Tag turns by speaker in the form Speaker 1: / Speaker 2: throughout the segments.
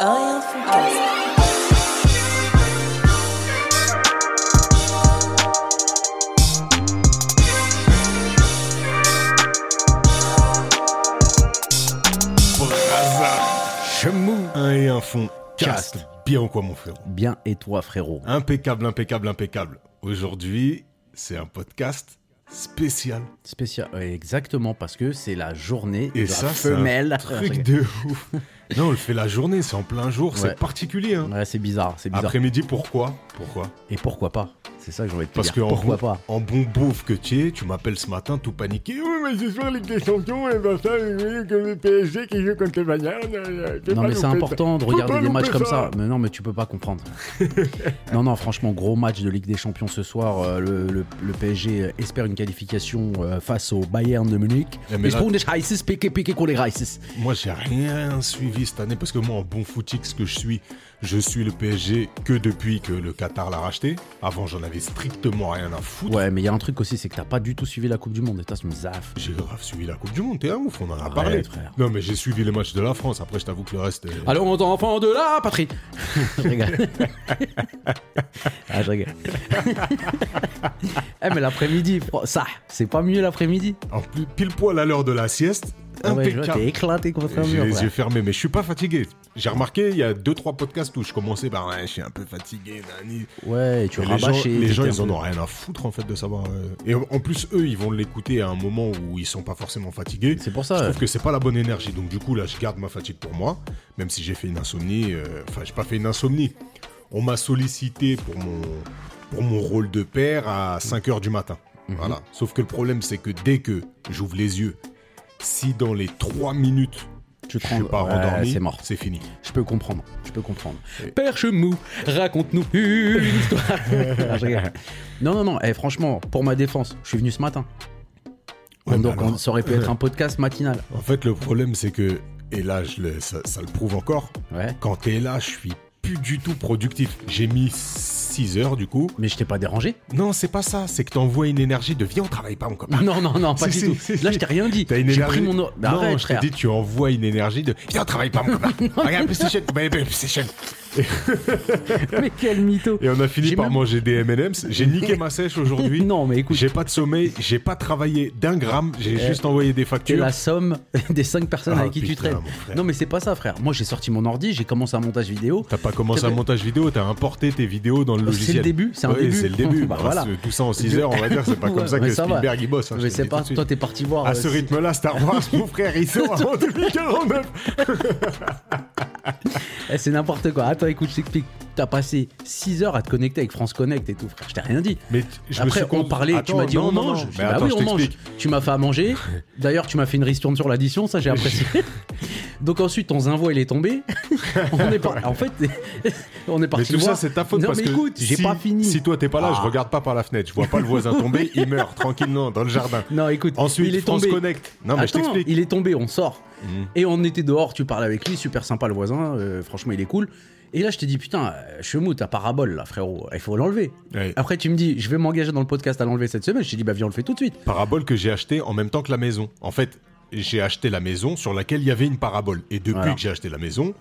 Speaker 1: Rien
Speaker 2: Chemou.
Speaker 3: Un et un fond. Cast.
Speaker 2: Cast.
Speaker 3: Bien ou quoi, mon frérot
Speaker 2: Bien et toi frérot
Speaker 3: Impeccable, impeccable, impeccable. Aujourd'hui, c'est un podcast spécial.
Speaker 2: Spécial, ouais, exactement parce que c'est la journée
Speaker 3: Et
Speaker 2: de
Speaker 3: ça,
Speaker 2: la
Speaker 3: c'est
Speaker 2: femelle.
Speaker 3: un truc de ouf. Non, on le fait la journée, c'est en plein jour,
Speaker 2: Ouais.
Speaker 3: c'est particulier. hein.
Speaker 2: Ouais, c'est bizarre, c'est bizarre.
Speaker 3: Après-midi, pourquoi Pourquoi
Speaker 2: Et pourquoi pas C'est ça que j'ai envie de te
Speaker 3: Parce
Speaker 2: dire.
Speaker 3: que en
Speaker 2: pourquoi
Speaker 3: bon,
Speaker 2: pas
Speaker 3: en bon bouffe que tu es, tu m'appelles ce matin tout paniqué. Oui, mais ce soir, Ligue des Champions, et ben ça, vous voyez que le PSG qui joue contre le Bayern. euh, je peux
Speaker 2: Non
Speaker 3: pas
Speaker 2: mais c'est
Speaker 3: louper
Speaker 2: important de
Speaker 3: Faut pas
Speaker 2: regarder des
Speaker 3: louper
Speaker 2: matchs comme ça.
Speaker 3: ça.
Speaker 2: Mais non mais tu peux pas comprendre. non non franchement gros match de Ligue des Champions ce soir. Euh, le, le- le PSG espère une qualification euh, face au Bayern de Munich.
Speaker 3: Eh, mais
Speaker 2: Mais je
Speaker 3: là-
Speaker 2: prends des Reises, piqué piqué qu'on les Reises.
Speaker 3: Moi, j'ai rien suivi cette année parce que moi, en bon footix que je suis, je suis le PSG que depuis que le Qatar l'a racheté. Avant, j'en avais strictement rien à foutre.
Speaker 2: Ouais mais il y a un truc aussi c'est que t'as pas du tout suivi la Coupe du Monde. Et toi c'est une zaf.
Speaker 3: J'ai grave suivi la Coupe du Monde, t'es un ouf, on en a
Speaker 2: Arrête,
Speaker 3: parlé.
Speaker 2: frère. Ah.
Speaker 3: Non, mais j'ai suivi les matchs de la France. Après, je t'avoue que le reste. euh,
Speaker 2: Allons aux enfants de la patrie Je rigole. ah, je rigole. eh, mais l'après-midi, fro- ça, c'est pas mieux l'après-midi
Speaker 3: En plus, pile poil à l'heure de la sieste.
Speaker 2: Ah ouais, je vois,
Speaker 3: impeccable.
Speaker 2: T'es éclaté contre un
Speaker 3: J'ai
Speaker 2: mur.
Speaker 3: les
Speaker 2: frère.
Speaker 3: yeux fermés, mais je suis pas fatigué. J'ai remarqué, il y a 2-3 podcasts où je commençais par ouais, je suis un peu fatigué, nani.
Speaker 2: Ouais, et tu
Speaker 3: Mais les gens,
Speaker 2: rabâchais.
Speaker 3: les gens,
Speaker 2: t'étais
Speaker 3: ils
Speaker 2: un
Speaker 3: en
Speaker 2: peu-
Speaker 3: ont rien à foutre en fait de savoir. euh, Et en en plus, eux, ils vont l'écouter à un moment où ils sont pas forcément fatigués.
Speaker 2: C'est pour
Speaker 3: Je
Speaker 2: ça.
Speaker 3: trouve que c'est pas la bonne énergie. Donc du coup là, je garde ma fatigue pour moi, même si j'ai fait une insomnie. euh, Enfin, j'ai pas fait une insomnie. On m'a sollicité pour mon pour mon rôle de père à 5 heures du matin.
Speaker 2: Mhm.
Speaker 3: Voilà. Sauf que le problème, c'est que dès que j'ouvre les yeux, si dans les 3 minutes
Speaker 2: Tu te
Speaker 3: je suis
Speaker 2: rends-
Speaker 3: pas
Speaker 2: Ouais,
Speaker 3: rendormi,
Speaker 2: c'est mort.
Speaker 3: c'est fini.
Speaker 2: Je peux comprendre. Je peux comprendre.
Speaker 3: Et-
Speaker 2: Père Chemou, raconte-nous une histoire. Ah, je rigole. non, non, non. eh, franchement, pour ma défense, je suis venu ce matin.
Speaker 3: Ouais,
Speaker 2: Donc,
Speaker 3: mais alors-
Speaker 2: ça aurait pu être un podcast matinal.
Speaker 3: En fait, le problème, c'est que et là, je le- ça, ça le prouve encore.
Speaker 2: Ouais.
Speaker 3: Quand t'es là, je suis plus du tout productif. J'ai mis 6 heures du coup.
Speaker 2: Mais je t'ai pas dérangé.
Speaker 3: Non, c'est pas ça. C'est que t'envoies une énergie de viens, on travaille pas, mon copain.
Speaker 2: Non, non, non, pas
Speaker 3: Si, si,
Speaker 2: du tout.
Speaker 3: si,
Speaker 2: Là,
Speaker 3: si.
Speaker 2: je t'ai rien dit.
Speaker 3: T'as une
Speaker 2: J'ai
Speaker 3: énergie.
Speaker 2: pris mon. or- Mais
Speaker 3: non,
Speaker 2: arrête,
Speaker 3: je t'ai
Speaker 2: frère.
Speaker 3: dit, tu envoies une énergie de. Viens, on travaille pas, mon copain. Regarde, PlayStation. bah, bah, PlayStation.
Speaker 2: Mais quel mytho.
Speaker 3: Et on a fini
Speaker 2: J'ai
Speaker 3: par
Speaker 2: même-
Speaker 3: manger des MM's. J'ai niqué ma sèche aujourd'hui.
Speaker 2: Non, mais écoute, Eh.
Speaker 3: J'ai pas de sommeil, j'ai pas travaillé d'un gramme, j'ai juste envoyé des
Speaker 2: tu
Speaker 3: factures.
Speaker 2: la somme des 5 personnes
Speaker 3: Ah,
Speaker 2: avec qui tu
Speaker 3: putain,
Speaker 2: traînes.
Speaker 3: mon frère.
Speaker 2: Non, mais c'est pas ça, frère. Moi, j'ai sorti mon ordi, j'ai commencé un montage vidéo.
Speaker 3: T'as pas commencé un montage vidéo, t'as importé tes vidéos dans le
Speaker 2: Oh, C'est le
Speaker 3: logiciel.
Speaker 2: début, c'est un
Speaker 3: Ouais,
Speaker 2: début.
Speaker 3: C'est le début.
Speaker 2: Bah,
Speaker 3: Bah,
Speaker 2: voilà.
Speaker 3: c'est- Tout ça en 6 heures, on va dire, c'est pas comme ça
Speaker 2: Ouais,
Speaker 3: que
Speaker 2: va.
Speaker 3: Spielberg il bosse. hein,
Speaker 2: mais
Speaker 3: je te le
Speaker 2: c'est
Speaker 3: dis
Speaker 2: pas.
Speaker 3: tout de
Speaker 2: Toi,
Speaker 3: suite.
Speaker 2: t'es parti voir.
Speaker 3: À
Speaker 2: euh,
Speaker 3: ce
Speaker 2: si-
Speaker 3: rythme-là, Star Wars, mon frère, il sort en 2049.
Speaker 2: Eh, C'est n'importe quoi. Attends, écoute, je t'explique. T'as passé 6 heures à te connecter avec France Connect et tout, frère. Je t'ai rien dit.
Speaker 3: Mais t- je me
Speaker 2: Après,
Speaker 3: suis con-
Speaker 2: on parlait, tu
Speaker 3: Attends,
Speaker 2: m'as dit
Speaker 3: non,
Speaker 2: on
Speaker 3: non, non.
Speaker 2: mange. Je dis,
Speaker 3: Mais
Speaker 2: bah
Speaker 3: attends,
Speaker 2: oui,
Speaker 3: je
Speaker 2: on mange.
Speaker 3: t'explique.
Speaker 2: Tu m'as fait à manger. D'ailleurs, tu m'as fait une ristourne sur l'addition, ça j'ai apprécié. Donc ensuite, ton zinvoi il est tombé. on est par- En fait, on est
Speaker 3: Mais
Speaker 2: parti
Speaker 3: tout ça,
Speaker 2: voir.
Speaker 3: c'est ta faute
Speaker 2: Non,
Speaker 3: parce
Speaker 2: mais
Speaker 3: que
Speaker 2: écoute, j'ai
Speaker 3: si,
Speaker 2: pas fini.
Speaker 3: si toi t'es pas là, je
Speaker 2: Ah.
Speaker 3: regarde pas par la fenêtre, je vois pas le voisin tomber, il meurt tranquillement dans le jardin.
Speaker 2: Non, écoute,
Speaker 3: Ensuite,
Speaker 2: il est
Speaker 3: France
Speaker 2: tombé.
Speaker 3: Connect. Non, mais je
Speaker 2: Attends,
Speaker 3: t'explique. Mhm.
Speaker 2: Il est tombé, on sort. Et on était dehors, tu parles avec lui, super sympa le voisin, euh, franchement il est cool. Et là je t'ai dit, putain, euh, Chemou, ta parabole là frérot, il faut l'enlever.
Speaker 3: Ouais.
Speaker 2: Après tu me dis, je vais m'engager dans le podcast à l'enlever cette semaine, je t'ai dit, bah viens on le fait tout de suite.
Speaker 3: Parabole que j'ai acheté en même temps que la maison. En fait, j'ai acheté la maison sur laquelle il y avait une parabole. Et depuis
Speaker 2: Voilà.
Speaker 3: que j'ai acheté la maison,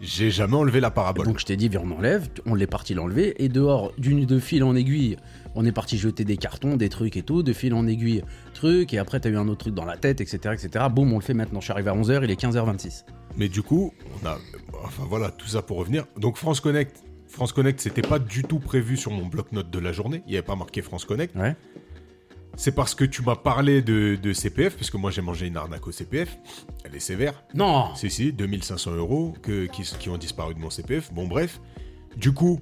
Speaker 3: j'ai jamais enlevé la parabole.
Speaker 2: Donc je t'ai dit, viens on enlève, on est parti l'enlever. Et dehors, d'une de fil en aiguille, on est parti jeter des cartons, des trucs et tout, de fil en aiguille, truc. Et après t'as eu un autre truc dans la tête, etc. etc. Boum, on le fait maintenant, je suis arrivé à 11h, il est 15h26.
Speaker 3: Mais du coup, on a. Enfin voilà, tout ça pour revenir. Donc France Connect. France Connect, c'était pas du tout prévu sur mon bloc-notes de la journée. Il n'y avait pas marqué France Connect.
Speaker 2: Ouais.
Speaker 3: C'est parce que tu m'as parlé de, de CPF, parce que moi j'ai mangé une arnaque au CPF. Elle est sévère.
Speaker 2: Non
Speaker 3: Si, si, 2500 euros que, qui, qui ont disparu de mon CPF. Bon, bref. Du coup,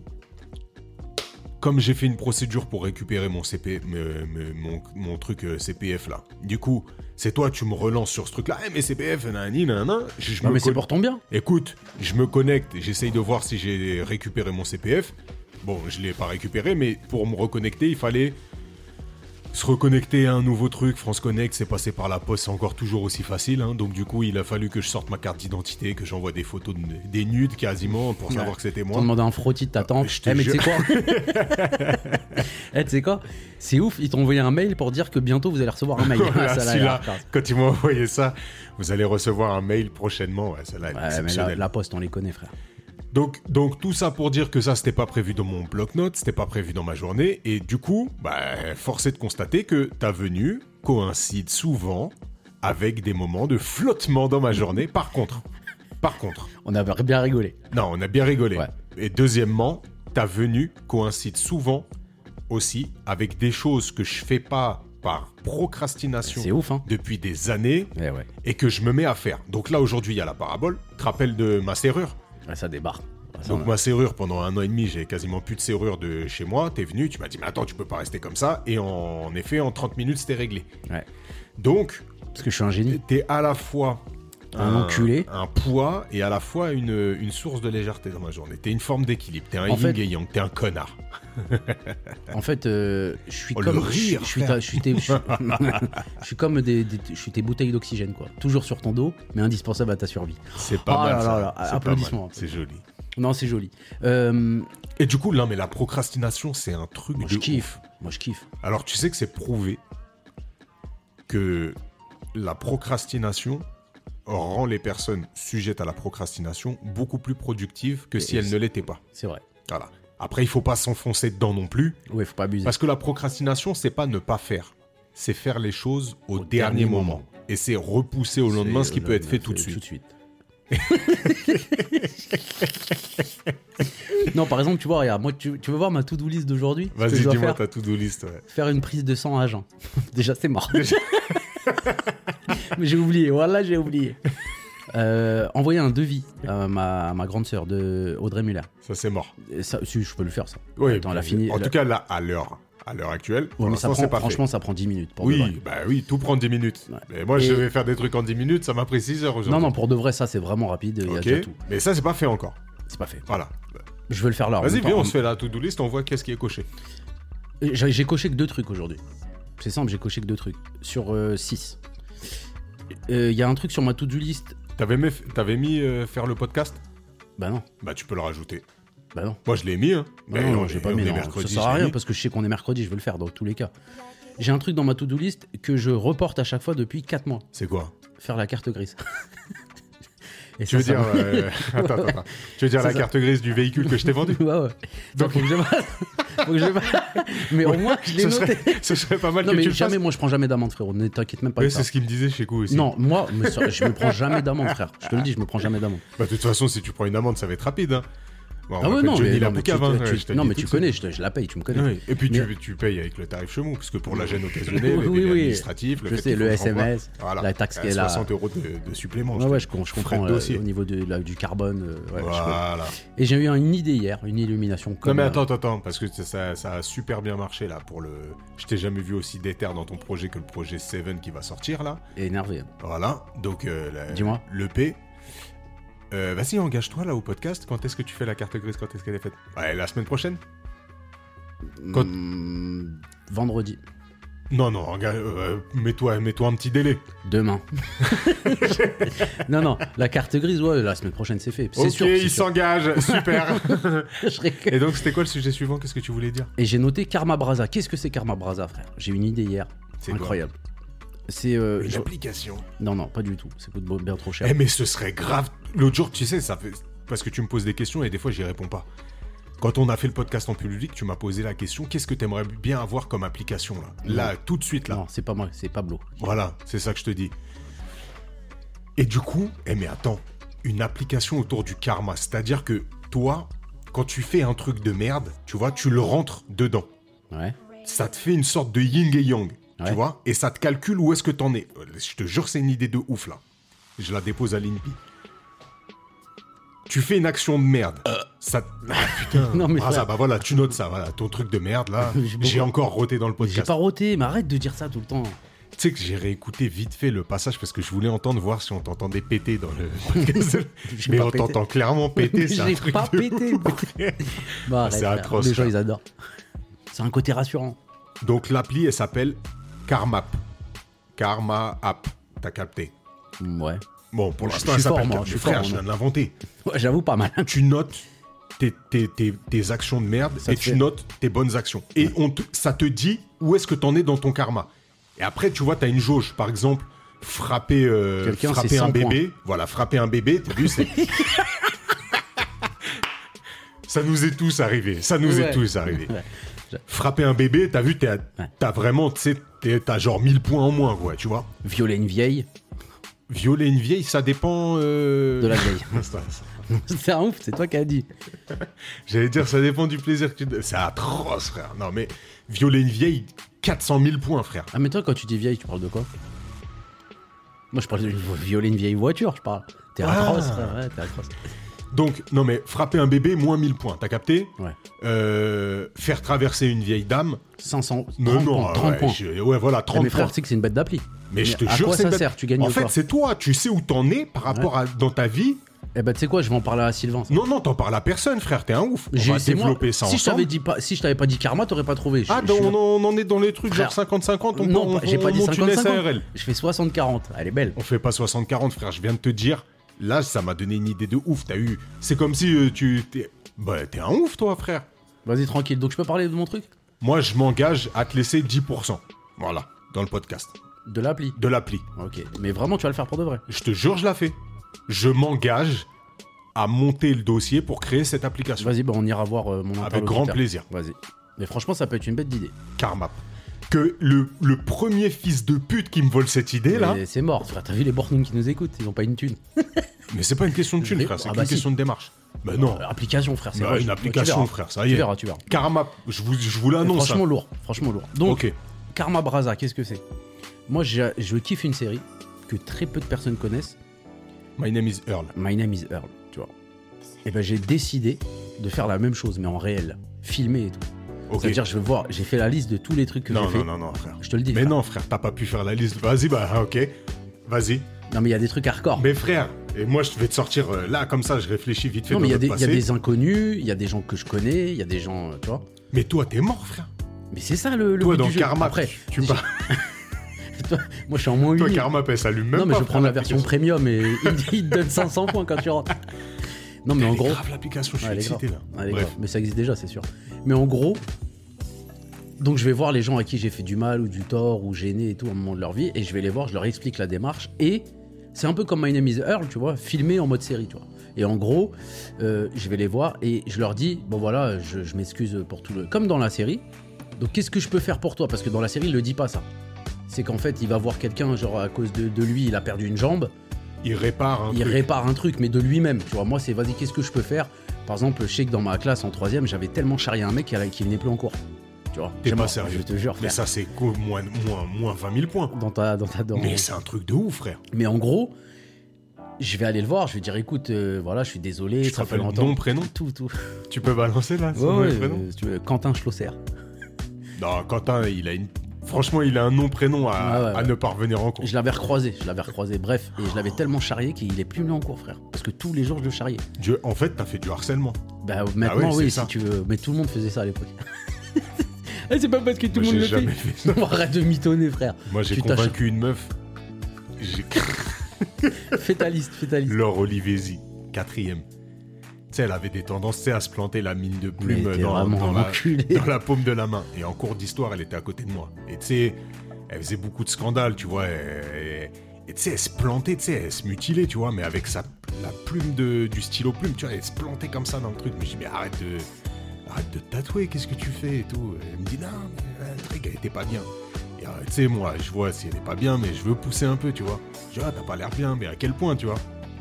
Speaker 3: comme j'ai fait une procédure pour récupérer mon, CP, me- me- mon, mon truc euh, CPF là, du coup, c'est toi, tu me relances sur ce truc là. Eh, mais CPF, nanani, nanana. Je, je
Speaker 2: Non
Speaker 3: me
Speaker 2: mais c'est
Speaker 3: con-
Speaker 2: pour ton bien.
Speaker 3: Écoute, je me connecte, j'essaye de voir si j'ai récupéré mon CPF. Bon, je l'ai pas récupéré, mais pour me reconnecter, il fallait se reconnecter à un nouveau truc. France Connect, c'est passé par la poste, c'est encore toujours aussi facile. hein. Donc du coup, il a fallu que je sorte ma carte d'identité, que j'envoie des photos de- des nudes quasiment pour savoir que c'était
Speaker 2: T'en
Speaker 3: moi. Ah,
Speaker 2: demandé un frottis de ta tante.
Speaker 3: je te
Speaker 2: Eh, mais tu sais
Speaker 3: jure.
Speaker 2: quoi Eh, tu sais quoi C'est ouf, ils t'ont envoyé un mail pour dire que bientôt vous allez recevoir un mail.
Speaker 3: Voilà,
Speaker 2: Ah, ça, là,
Speaker 3: celui-là,
Speaker 2: là,
Speaker 3: quand ils m'ont envoyé ça, vous allez recevoir un mail prochainement. Ouais, celle-là, elle est
Speaker 2: Ouais, mais la,
Speaker 3: exceptionnelle.
Speaker 2: la poste, on les connaît, frère.
Speaker 3: Donc, donc tout ça pour dire que ça c'était pas prévu dans mon bloc-notes, c'était pas prévu dans ma journée, et du coup, bah, force est de constater que ta venue coïncide souvent avec des moments de flottement dans ma journée. Par contre, par contre,
Speaker 2: On a bien rigolé.
Speaker 3: non, on a bien rigolé.
Speaker 2: Ouais.
Speaker 3: Et deuxièmement, ta venue coïncide souvent aussi avec des choses que je fais pas par procrastination
Speaker 2: C'est ouf, hein
Speaker 3: depuis des années
Speaker 2: Eh ouais.
Speaker 3: et que je me mets à faire. Donc là aujourd'hui il y a la parabole. Tu te rappelles de ma serrure
Speaker 2: Ouais, ça débarre. Ça,
Speaker 3: donc
Speaker 2: on-
Speaker 3: ma serrure, pendant un an et demi, j'ai quasiment plus de serrure de chez moi. T'es venu, tu m'as dit, mais attends, tu peux pas rester comme ça. Et en, en effet, en 30 minutes, c'était réglé.
Speaker 2: ouais.
Speaker 3: Donc,
Speaker 2: Parce que je suis un génie.
Speaker 3: t'es à la fois
Speaker 2: Un enculé.
Speaker 3: un poids et à la fois une, une source de légèreté dans ma journée. T'es une forme d'équilibre, t'es un
Speaker 2: En
Speaker 3: yin
Speaker 2: fait-
Speaker 3: et yang, t'es un connard.
Speaker 2: En fait, euh, je suis
Speaker 3: Oh, le
Speaker 2: comme.
Speaker 3: rire,
Speaker 2: je, suis ta- je suis tes, je, je suis comme des, des- je suis tes bouteilles d'oxygène, quoi. Toujours sur ton dos, mais indispensable à ta survie.
Speaker 3: C'est pas
Speaker 2: Oh
Speaker 3: mal.
Speaker 2: là
Speaker 3: ça.
Speaker 2: là là,
Speaker 3: C'est pas
Speaker 2: applaudissements.
Speaker 3: mal. C'est joli.
Speaker 2: Non, c'est joli. Euh,
Speaker 3: Et du coup, là, mais la procrastination, c'est un truc
Speaker 2: moi,
Speaker 3: de
Speaker 2: je
Speaker 3: ouf.
Speaker 2: kiffe. Moi, je kiffe.
Speaker 3: Alors tu sais que c'est prouvé que la procrastination rend les personnes sujettes à la procrastination beaucoup plus productives que si
Speaker 2: Et
Speaker 3: elles ne l'étaient pas.
Speaker 2: C'est vrai.
Speaker 3: Voilà. Après, il faut pas s'enfoncer dedans non plus,
Speaker 2: Ouais, faut pas abuser.
Speaker 3: parce que la procrastination, c'est pas ne pas faire, c'est faire les choses au, dernier,
Speaker 2: dernier
Speaker 3: moment.
Speaker 2: moment. euh,
Speaker 3: Et c'est repousser au lendemain ce qui peut être fait tout de
Speaker 2: Tout
Speaker 3: suite.
Speaker 2: non, par exemple, tu vois, regarde, moi, tu, tu veux voir ma to-do list d'aujourd'hui Ce que
Speaker 3: Vas-y,
Speaker 2: je dois
Speaker 3: dis-moi
Speaker 2: faire
Speaker 3: ta to-do list. ouais.
Speaker 2: faire une prise de sang à jeun. Déjà, c'est mort. Mais j'ai oublié, voilà, j'ai oublié. Euh, envoyer un devis à ma, à ma grande sœur de Audrey Muller.
Speaker 3: Ça, c'est mort.
Speaker 2: Et ça, si, je peux le faire, ça.
Speaker 3: Oui,
Speaker 2: Attends, elle a
Speaker 3: mais-
Speaker 2: fini-
Speaker 3: En
Speaker 2: elle a-
Speaker 3: tout cas, là, à l'heure, à l'heure actuelle, pour
Speaker 2: bah, Ouais, mais ça
Speaker 3: l'instant, c'est pas
Speaker 2: prend-
Speaker 3: fait.
Speaker 2: franchement, ça prend 10 minutes. Pour de vrai.
Speaker 3: Oui, bah oui, tout prend 10 minutes.
Speaker 2: Ouais.
Speaker 3: Mais moi,
Speaker 2: Et-
Speaker 3: je vais faire des trucs en 10 minutes, ça m'a pris 6 heures
Speaker 2: Non,
Speaker 3: aujourd'hui.
Speaker 2: non, pour de vrai, ça, c'est vraiment rapide. Il y a déjà
Speaker 3: ok.
Speaker 2: tout.
Speaker 3: Mais ça, c'est pas fait encore.
Speaker 2: C'est pas fait.
Speaker 3: Voilà.
Speaker 2: Je veux le faire là. en
Speaker 3: Vas-y,
Speaker 2: même temps.
Speaker 3: viens, on se fait la to-do list, on voit qu'est-ce qui est coché.
Speaker 2: J'ai j'ai coché que deux trucs aujourd'hui. C'est simple, j'ai coché que deux trucs. Sur 6. Il y a un truc sur ma to-do list.
Speaker 3: T'avais mis, t'avais mis euh, faire le podcast
Speaker 2: Bah non,
Speaker 3: Bah, tu peux le rajouter.
Speaker 2: bah non.
Speaker 3: Moi, je l'ai mis, hein.
Speaker 2: Bah
Speaker 3: Mais
Speaker 2: non,
Speaker 3: on
Speaker 2: j'ai
Speaker 3: est-
Speaker 2: pas
Speaker 3: on
Speaker 2: mis.
Speaker 3: est
Speaker 2: non,
Speaker 3: mercredi,
Speaker 2: ça sert
Speaker 3: je
Speaker 2: à
Speaker 3: l'ai
Speaker 2: rien
Speaker 3: mis.
Speaker 2: parce que je sais qu'on est mercredi, je vais le faire dans tous les cas. J'ai un truc dans ma to-do list que je reporte à chaque fois depuis 4 mois.
Speaker 3: C'est quoi
Speaker 2: Faire la carte grise. Et
Speaker 3: Tu
Speaker 2: ça,
Speaker 3: veux
Speaker 2: ça
Speaker 3: dire. euh, Attends, attends, attends. Tu veux dire
Speaker 2: Ça,
Speaker 3: la
Speaker 2: ça-
Speaker 3: carte grise du véhicule que je t'ai vendu
Speaker 2: me- Ouais, ouais.
Speaker 3: euh, Donc-
Speaker 2: Donc, faut que je fasse. Faut que je fasse. Mais au moins, je l'ai
Speaker 3: ce
Speaker 2: noté.
Speaker 3: serait, ce serait pas mal
Speaker 2: Non,
Speaker 3: que
Speaker 2: mais
Speaker 3: tu le
Speaker 2: jamais,
Speaker 3: fasses.
Speaker 2: moi, je prends jamais d'amende, frérot. Ne t'inquiète même pas.
Speaker 3: Ouais,
Speaker 2: de ça.
Speaker 3: c'est ce qu'il me disait chez Coup aussi.
Speaker 2: Non, moi, mais ça, je me prends jamais d'amende, frère. Je te le dis, je me prends jamais d'amende.
Speaker 3: Bah, de toute façon, si tu prends une amende, ça va être rapide. Hein. Bon, on
Speaker 2: Ah ouais,
Speaker 3: m'appelle
Speaker 2: non,
Speaker 3: Johnny
Speaker 2: mais, non, mais tu,
Speaker 3: Laboucave, hein,
Speaker 2: tu-
Speaker 3: je te
Speaker 2: non,
Speaker 3: dis
Speaker 2: mais
Speaker 3: tout
Speaker 2: tu
Speaker 3: de suite.
Speaker 2: connais, je, te- je la paye, tu me connais.
Speaker 3: Oui, Et puis
Speaker 2: Mais-
Speaker 3: tu, tu payes avec le tarif chemou, parce que pour la gêne occasionnelle,
Speaker 2: Oui,
Speaker 3: les délais
Speaker 2: oui.
Speaker 3: administratifs, le
Speaker 2: Je
Speaker 3: fait
Speaker 2: sais,
Speaker 3: qu'il faut
Speaker 2: le
Speaker 3: que je renvoie,
Speaker 2: SMS, la taxe
Speaker 3: euh,
Speaker 2: qu'elle a.
Speaker 3: 60 euros de, de supplément.
Speaker 2: Ouais, ouais, je, com- je
Speaker 3: Frais de
Speaker 2: comprends euh,
Speaker 3: dossier.
Speaker 2: au niveau de, la- du carbone. euh, ouais, je comprends.
Speaker 3: voilà.
Speaker 2: Et j'ai eu un- une idée hier, une illumination.
Speaker 3: Non
Speaker 2: Comme,
Speaker 3: mais
Speaker 2: euh,
Speaker 3: attends, attends, attends, parce que ça- ça, ça a super bien marché là pour le. Je t'ai jamais vu aussi déter dans ton projet que le projet Seven qui va sortir là.
Speaker 2: énervé.
Speaker 3: Voilà. Donc euh, la-
Speaker 2: Dis-moi.
Speaker 3: le P. Euh, Vas-y, engage-toi là au podcast. Quand est-ce que tu fais la carte grise Quand est-ce qu'elle est faite Ouais, la semaine prochaine Quand-
Speaker 2: Mmh, vendredi.
Speaker 3: Non, non, engage- euh, mets-toi mets un petit délai.
Speaker 2: Demain. non, non, la carte grise, ouais, la semaine prochaine, c'est fait. C'est
Speaker 3: Ok,
Speaker 2: sûr. c'est
Speaker 3: il
Speaker 2: sûr.
Speaker 3: s'engage, super.
Speaker 2: Je rigole.
Speaker 3: Et donc, c'était quoi le sujet suivant Qu'est-ce que tu voulais dire
Speaker 2: Et j'ai noté Karma Brasa. Qu'est-ce que c'est Karma Brasa, frère J'ai une idée hier.
Speaker 3: C'est quoi
Speaker 2: Incroyable. C'est. euh,
Speaker 3: Une
Speaker 2: je-
Speaker 3: application.
Speaker 2: Non, non, pas du tout. Ça coûte bien trop cher.
Speaker 3: Eh, mais ce serait grave. L'autre jour, tu sais, ça fait. Parce que tu me poses des questions et des fois, j'y réponds pas. Quand on a fait le podcast en public, tu m'as posé la question qu'est-ce que t'aimerais bien avoir comme application là Là, tout de suite là.
Speaker 2: Non, c'est pas moi, c'est Pablo.
Speaker 3: Voilà, c'est ça que je te dis. Et du coup, eh mais attends, une application autour du karma, c'est-à-dire que toi, quand tu fais un truc de merde, tu vois, tu le rentres dedans.
Speaker 2: Ouais.
Speaker 3: ça te fait une sorte de yin et yang,
Speaker 2: Ouais.
Speaker 3: tu vois, et ça te calcule où est-ce que t'en es. Euh, Je te jure, c'est une idée de ouf là. Je la dépose à l'INPI. Tu fais une action de merde. Ça te- Ah, putain.
Speaker 2: Euh. Non, mais
Speaker 3: ah,
Speaker 2: là-
Speaker 3: ça, bah voilà, tu notes ça, voilà, ton truc de merde là.
Speaker 2: J'ai beaucoup-
Speaker 3: j'ai encore roté dans le
Speaker 2: J'ai
Speaker 3: podcast.
Speaker 2: pas roté, mais arrête de dire ça tout le temps.
Speaker 3: Tu sais que j'ai réécouté vite fait le passage parce que je voulais entendre voir si on t'entendait péter dans le podcast.
Speaker 2: J'ai
Speaker 3: mais
Speaker 2: pas
Speaker 3: on
Speaker 2: pété.
Speaker 3: t'entend clairement péter, c'est un
Speaker 2: J'ai
Speaker 3: truc
Speaker 2: pas
Speaker 3: de
Speaker 2: pété. Bah, arrête,
Speaker 3: C'est
Speaker 2: frère.
Speaker 3: atroce,
Speaker 2: Les gens,
Speaker 3: frère.
Speaker 2: ils adorent. C'est un côté rassurant.
Speaker 3: ouf. Donc l'appli, elle s'appelle Karmap. Karma App. T'as capté. Mm,
Speaker 2: Ouais.
Speaker 3: Bon, pour
Speaker 2: Je
Speaker 3: l'instant,
Speaker 2: suis
Speaker 3: elle
Speaker 2: fort,
Speaker 3: s'appelle
Speaker 2: moi,
Speaker 3: Cap-
Speaker 2: je
Speaker 3: mais
Speaker 2: suis
Speaker 3: frère,
Speaker 2: fort,
Speaker 3: je
Speaker 2: moi.
Speaker 3: viens de l'inventer.
Speaker 2: Ouais, J'avoue, pas mal.
Speaker 3: Tu notes tes, tes- tes- tes actions de merde
Speaker 2: Ça
Speaker 3: et
Speaker 2: te
Speaker 3: tu
Speaker 2: fait-
Speaker 3: notes tes bonnes actions. Et on te- ça te dit où est-ce que t'en es dans ton karma. Et après, tu vois, t'as une jauge. Par exemple, frapper, euh,
Speaker 2: Quelqu'un,
Speaker 3: frapper
Speaker 2: c'est
Speaker 3: un
Speaker 2: 100
Speaker 3: bébé. Voilà, frapper un bébé, t'as vu, c'est... Ça nous est tous arrivé. Ça nous
Speaker 2: Ouais.
Speaker 3: est tous arrivé.
Speaker 2: Ouais.
Speaker 3: Frapper un bébé, t'as vu, t'es à-
Speaker 2: Ouais.
Speaker 3: t'as vraiment, tu sais, t'es- t'as genre 1000 points en moins, quoi, tu vois.
Speaker 2: Violer une vieille,
Speaker 3: Violer une vieille, ça dépend. euh,
Speaker 2: de la vieille.
Speaker 3: ça- ça-
Speaker 2: c'est un ouf, c'est toi qui as dit.
Speaker 3: J'allais dire, ça dépend du plaisir que tu. donnes. C'est atroce, frère. Non, mais violer une vieille, 400 000 points, frère.
Speaker 2: Ah, mais toi, quand tu dis vieille, tu parles de quoi Moi, je parle de violer une vieille voiture, je parle. T'es
Speaker 3: Ah.
Speaker 2: atroce, frère, ouais, t'es atroce.
Speaker 3: Donc, non, mais frapper un bébé, moins 1000 points, t'as capté
Speaker 2: Ouais.
Speaker 3: Euh, Faire traverser une vieille dame.
Speaker 2: 500, 30
Speaker 3: Non, non,
Speaker 2: points. 30
Speaker 3: ouais,
Speaker 2: points. Eh,
Speaker 3: je- ouais, voilà,
Speaker 2: Mais
Speaker 3: 30
Speaker 2: mes frères,
Speaker 3: points.
Speaker 2: tu sais que c'est une bête d'appli.
Speaker 3: Mais je te
Speaker 2: à
Speaker 3: jure,
Speaker 2: quoi
Speaker 3: c'est
Speaker 2: ça
Speaker 3: une-
Speaker 2: sert Tu gagnes
Speaker 3: En
Speaker 2: ou
Speaker 3: fait,
Speaker 2: pas
Speaker 3: c'est toi, tu sais où t'en es par rapport à dans ta vie.
Speaker 2: Eh ben, tu sais quoi, je vais en parler à Sylvain. ça.
Speaker 3: Non, non, t'en parles à personne, frère, t'es un ouf. On
Speaker 2: J'ai-
Speaker 3: va
Speaker 2: c'est moi.
Speaker 3: développer ça
Speaker 2: si je
Speaker 3: ensemble.
Speaker 2: t'avais dit pas, si je t'avais pas dit karma, t'aurais pas trouvé. Je-
Speaker 3: Ah,
Speaker 2: je
Speaker 3: donc,
Speaker 2: suis-
Speaker 3: on, en- on en est dans les trucs
Speaker 2: Frère,
Speaker 3: genre 50-50, on,
Speaker 2: non,
Speaker 3: on-
Speaker 2: pas- j'ai
Speaker 3: on
Speaker 2: pas dit
Speaker 3: monte une
Speaker 2: 50-50.
Speaker 3: SARL.
Speaker 2: Je fais 60-40. Elle est belle.
Speaker 3: On fait pas 60-40, frère, je viens de te dire. Là, ça m'a donné une idée de ouf. T'as eu. C'est comme si euh, tu. T'es... Bah, t'es un ouf, toi, frère.
Speaker 2: Vas-y, tranquille. Donc, je peux parler de mon truc
Speaker 3: Moi, je m'engage à te laisser 10%. Voilà, dans le podcast.
Speaker 2: De l'appli.
Speaker 3: De l'appli.
Speaker 2: Ok. Mais vraiment, tu vas le faire pour de vrai.
Speaker 3: Je te jure, je la fais. Je m'engage à monter le dossier pour créer cette application.
Speaker 2: Vas-y, bah, on ira voir euh, mon
Speaker 3: Avec
Speaker 2: interlocuteur.
Speaker 3: grand plaisir.
Speaker 2: Vas-y. Mais franchement, ça peut être une bête d'idée.
Speaker 3: Karma. Que le, le premier fils de pute qui me vole cette idée, là.
Speaker 2: Mais C'est mort, frère. T'as vu les Bornum qui nous écoutent Ils ont pas une thune.
Speaker 3: Mais c'est pas une question de thune,
Speaker 2: Mais-
Speaker 3: frère, c'est
Speaker 2: ah
Speaker 3: une
Speaker 2: bah si.
Speaker 3: question de démarche. Bah non.
Speaker 2: Euh, application, frère. C'est
Speaker 3: Bah,
Speaker 2: moche.
Speaker 3: une
Speaker 2: Tu
Speaker 3: application,
Speaker 2: verras.
Speaker 3: frère, ça y
Speaker 2: Tu
Speaker 3: est.
Speaker 2: verras, tu verras.
Speaker 3: Karma, je vous, je vous
Speaker 2: Mais
Speaker 3: l'annonce.
Speaker 2: franchement
Speaker 3: hein.
Speaker 2: lourd, franchement lourd. Donc,
Speaker 3: ok.
Speaker 2: Karma Brasa, qu'est-ce que c'est Moi, j'ai- je kiffe une série que très peu de personnes connaissent.
Speaker 3: My name is Earl.
Speaker 2: My name is Earl, tu vois. Et ben, j'ai décidé de faire la même chose, mais en réel, filmé et tout.
Speaker 3: Ok.
Speaker 2: C'est-à-dire, je vais voir, j'ai fait la liste de tous les trucs que j'ai
Speaker 3: Non,
Speaker 2: fait.
Speaker 3: non, non, non, frère.
Speaker 2: Je te le dis.
Speaker 3: Mais
Speaker 2: frère.
Speaker 3: non, frère, t'as pas pu faire la liste. Vas-y, bah, ok. Vas-y.
Speaker 2: Non, mais il y a des trucs hardcore.
Speaker 3: Mais frère, et moi, je vais te sortir euh, là, comme ça, je réfléchis vite fait.
Speaker 2: non, mais il y, a
Speaker 3: dans
Speaker 2: des-
Speaker 3: notre
Speaker 2: il y a
Speaker 3: passé.
Speaker 2: des inconnus, il y a des gens que je connais, il y a des gens, euh, tu vois.
Speaker 3: Mais toi, t'es mort, frère.
Speaker 2: Mais c'est ça le, le
Speaker 3: Toi,
Speaker 2: but
Speaker 3: dans
Speaker 2: du jeu.
Speaker 3: Karma,
Speaker 2: Après,
Speaker 3: tu
Speaker 2: si-
Speaker 3: parles.
Speaker 2: toi- moi, je suis en moins 8.
Speaker 3: Toi, Karma, elle s'allume même
Speaker 2: non, mais
Speaker 3: pas.
Speaker 2: je vais prendre la version
Speaker 3: l'application.
Speaker 2: premium et il, te- il te donne 500 points quand tu rentres. Non, mais en
Speaker 3: Elle est
Speaker 2: gros,
Speaker 3: grave l'application, je suis
Speaker 2: Ouais, elle est
Speaker 3: excité là.
Speaker 2: grave. Elle est
Speaker 3: Bref.
Speaker 2: grave. Mais ça existe déjà, c'est sûr. Mais en gros, donc je vais voir les gens à qui j'ai fait du mal ou du tort ou gêné et tout au moment de leur vie, et je vais les voir, je leur explique la démarche, et c'est un peu comme My Name is Earl, tu vois, filmé en mode série, tu vois. Et en gros, euh, je vais les voir et je leur dis, bon voilà, je, je m'excuse pour tout le... Comme dans la série, donc qu'est-ce que je peux faire pour toi Parce que dans la série, il le dit pas ça. C'est qu'en fait, il va voir quelqu'un, genre à cause de- de lui, il a perdu une jambe,
Speaker 3: Il répare un
Speaker 2: il
Speaker 3: truc.
Speaker 2: répare un truc, mais de lui-même. Tu vois, moi, c'est vas-y, qu'est-ce que je peux faire Par exemple, je sais que dans ma classe en troisième, j'avais tellement charrié un mec qui allait- qui venait plus en cours. Tu vois,
Speaker 3: T'es
Speaker 2: j'ai
Speaker 3: pas
Speaker 2: marre,
Speaker 3: sérieux.
Speaker 2: Je te jure,
Speaker 3: Mais
Speaker 2: frère.
Speaker 3: ça, c'est quoi, moins, moins, moins 20 000 points.
Speaker 2: Dans ta, dans ta, dans-
Speaker 3: Mais c'est un truc de ouf, frère.
Speaker 2: Mais en gros, je vais aller le voir. Je vais dire, écoute, euh, voilà, je suis désolé,
Speaker 3: Je te
Speaker 2: ça fait
Speaker 3: rappelle
Speaker 2: longtemps.
Speaker 3: nom, prénom
Speaker 2: Tout, tout.
Speaker 3: Tu peux balancer là son
Speaker 2: Ouais,
Speaker 3: nom et
Speaker 2: ouais,
Speaker 3: prénom
Speaker 2: euh, si tu veux, Quentin Schlosser.
Speaker 3: Non, Quentin, il a une. Franchement, il a un nom prénom à,
Speaker 2: Ah ouais, ouais.
Speaker 3: à ne pas revenir en compte.
Speaker 2: Je l'avais recroisé, je l'avais recroisé. Bref, et je l'avais tellement charrié qu'il est plus venu en cours, frère. Parce que tous les jours, je le charriais.
Speaker 3: Dieu, en fait, t'as fait du harcèlement.
Speaker 2: Bah
Speaker 3: Ah
Speaker 2: maintenant,
Speaker 3: oui,
Speaker 2: oui,
Speaker 3: c'est
Speaker 2: si
Speaker 3: ça.
Speaker 2: tu veux. Mais tout le monde faisait ça à l'époque. Eh, c'est pas parce que tout le
Speaker 3: Moi,
Speaker 2: monde le
Speaker 3: j'ai jamais
Speaker 2: fait.
Speaker 3: fait ça.
Speaker 2: Non, arrête de mitonner, frère.
Speaker 3: Moi, j'ai
Speaker 2: Tu t'achètes-
Speaker 3: convaincu une meuf. J'ai-
Speaker 2: Fais ta liste, fais ta liste.
Speaker 3: Laure Olivesi, quatrième. Tu sais, elle avait des tendances tu sais, à se planter la mine de
Speaker 2: Mais
Speaker 3: plume
Speaker 2: t'es
Speaker 3: dans,
Speaker 2: vraiment
Speaker 3: dans
Speaker 2: un
Speaker 3: la,
Speaker 2: enculé.
Speaker 3: dans la paume de la main. Et en cours d'histoire, elle était à côté de moi. Et tu sais, elle faisait beaucoup de scandales, tu vois. Et et tu sais, elle se plantait, tu sais, elle se mutilait, tu vois, mais avec sa, la plume de, du stylo plume, tu vois, elle se plantait comme ça dans le truc. Mais je dis, mais arrête de, arrête de te tatouer, qu'est-ce que tu fais et tout. Et elle me dit, non, mais euh, le truc, elle était pas bien. Et euh, tu sais, moi, je vois si elle est pas bien, mais je veux pousser un peu, tu vois. Je dis, ah, t'as pas l'air bien, mais à quel point, tu vois.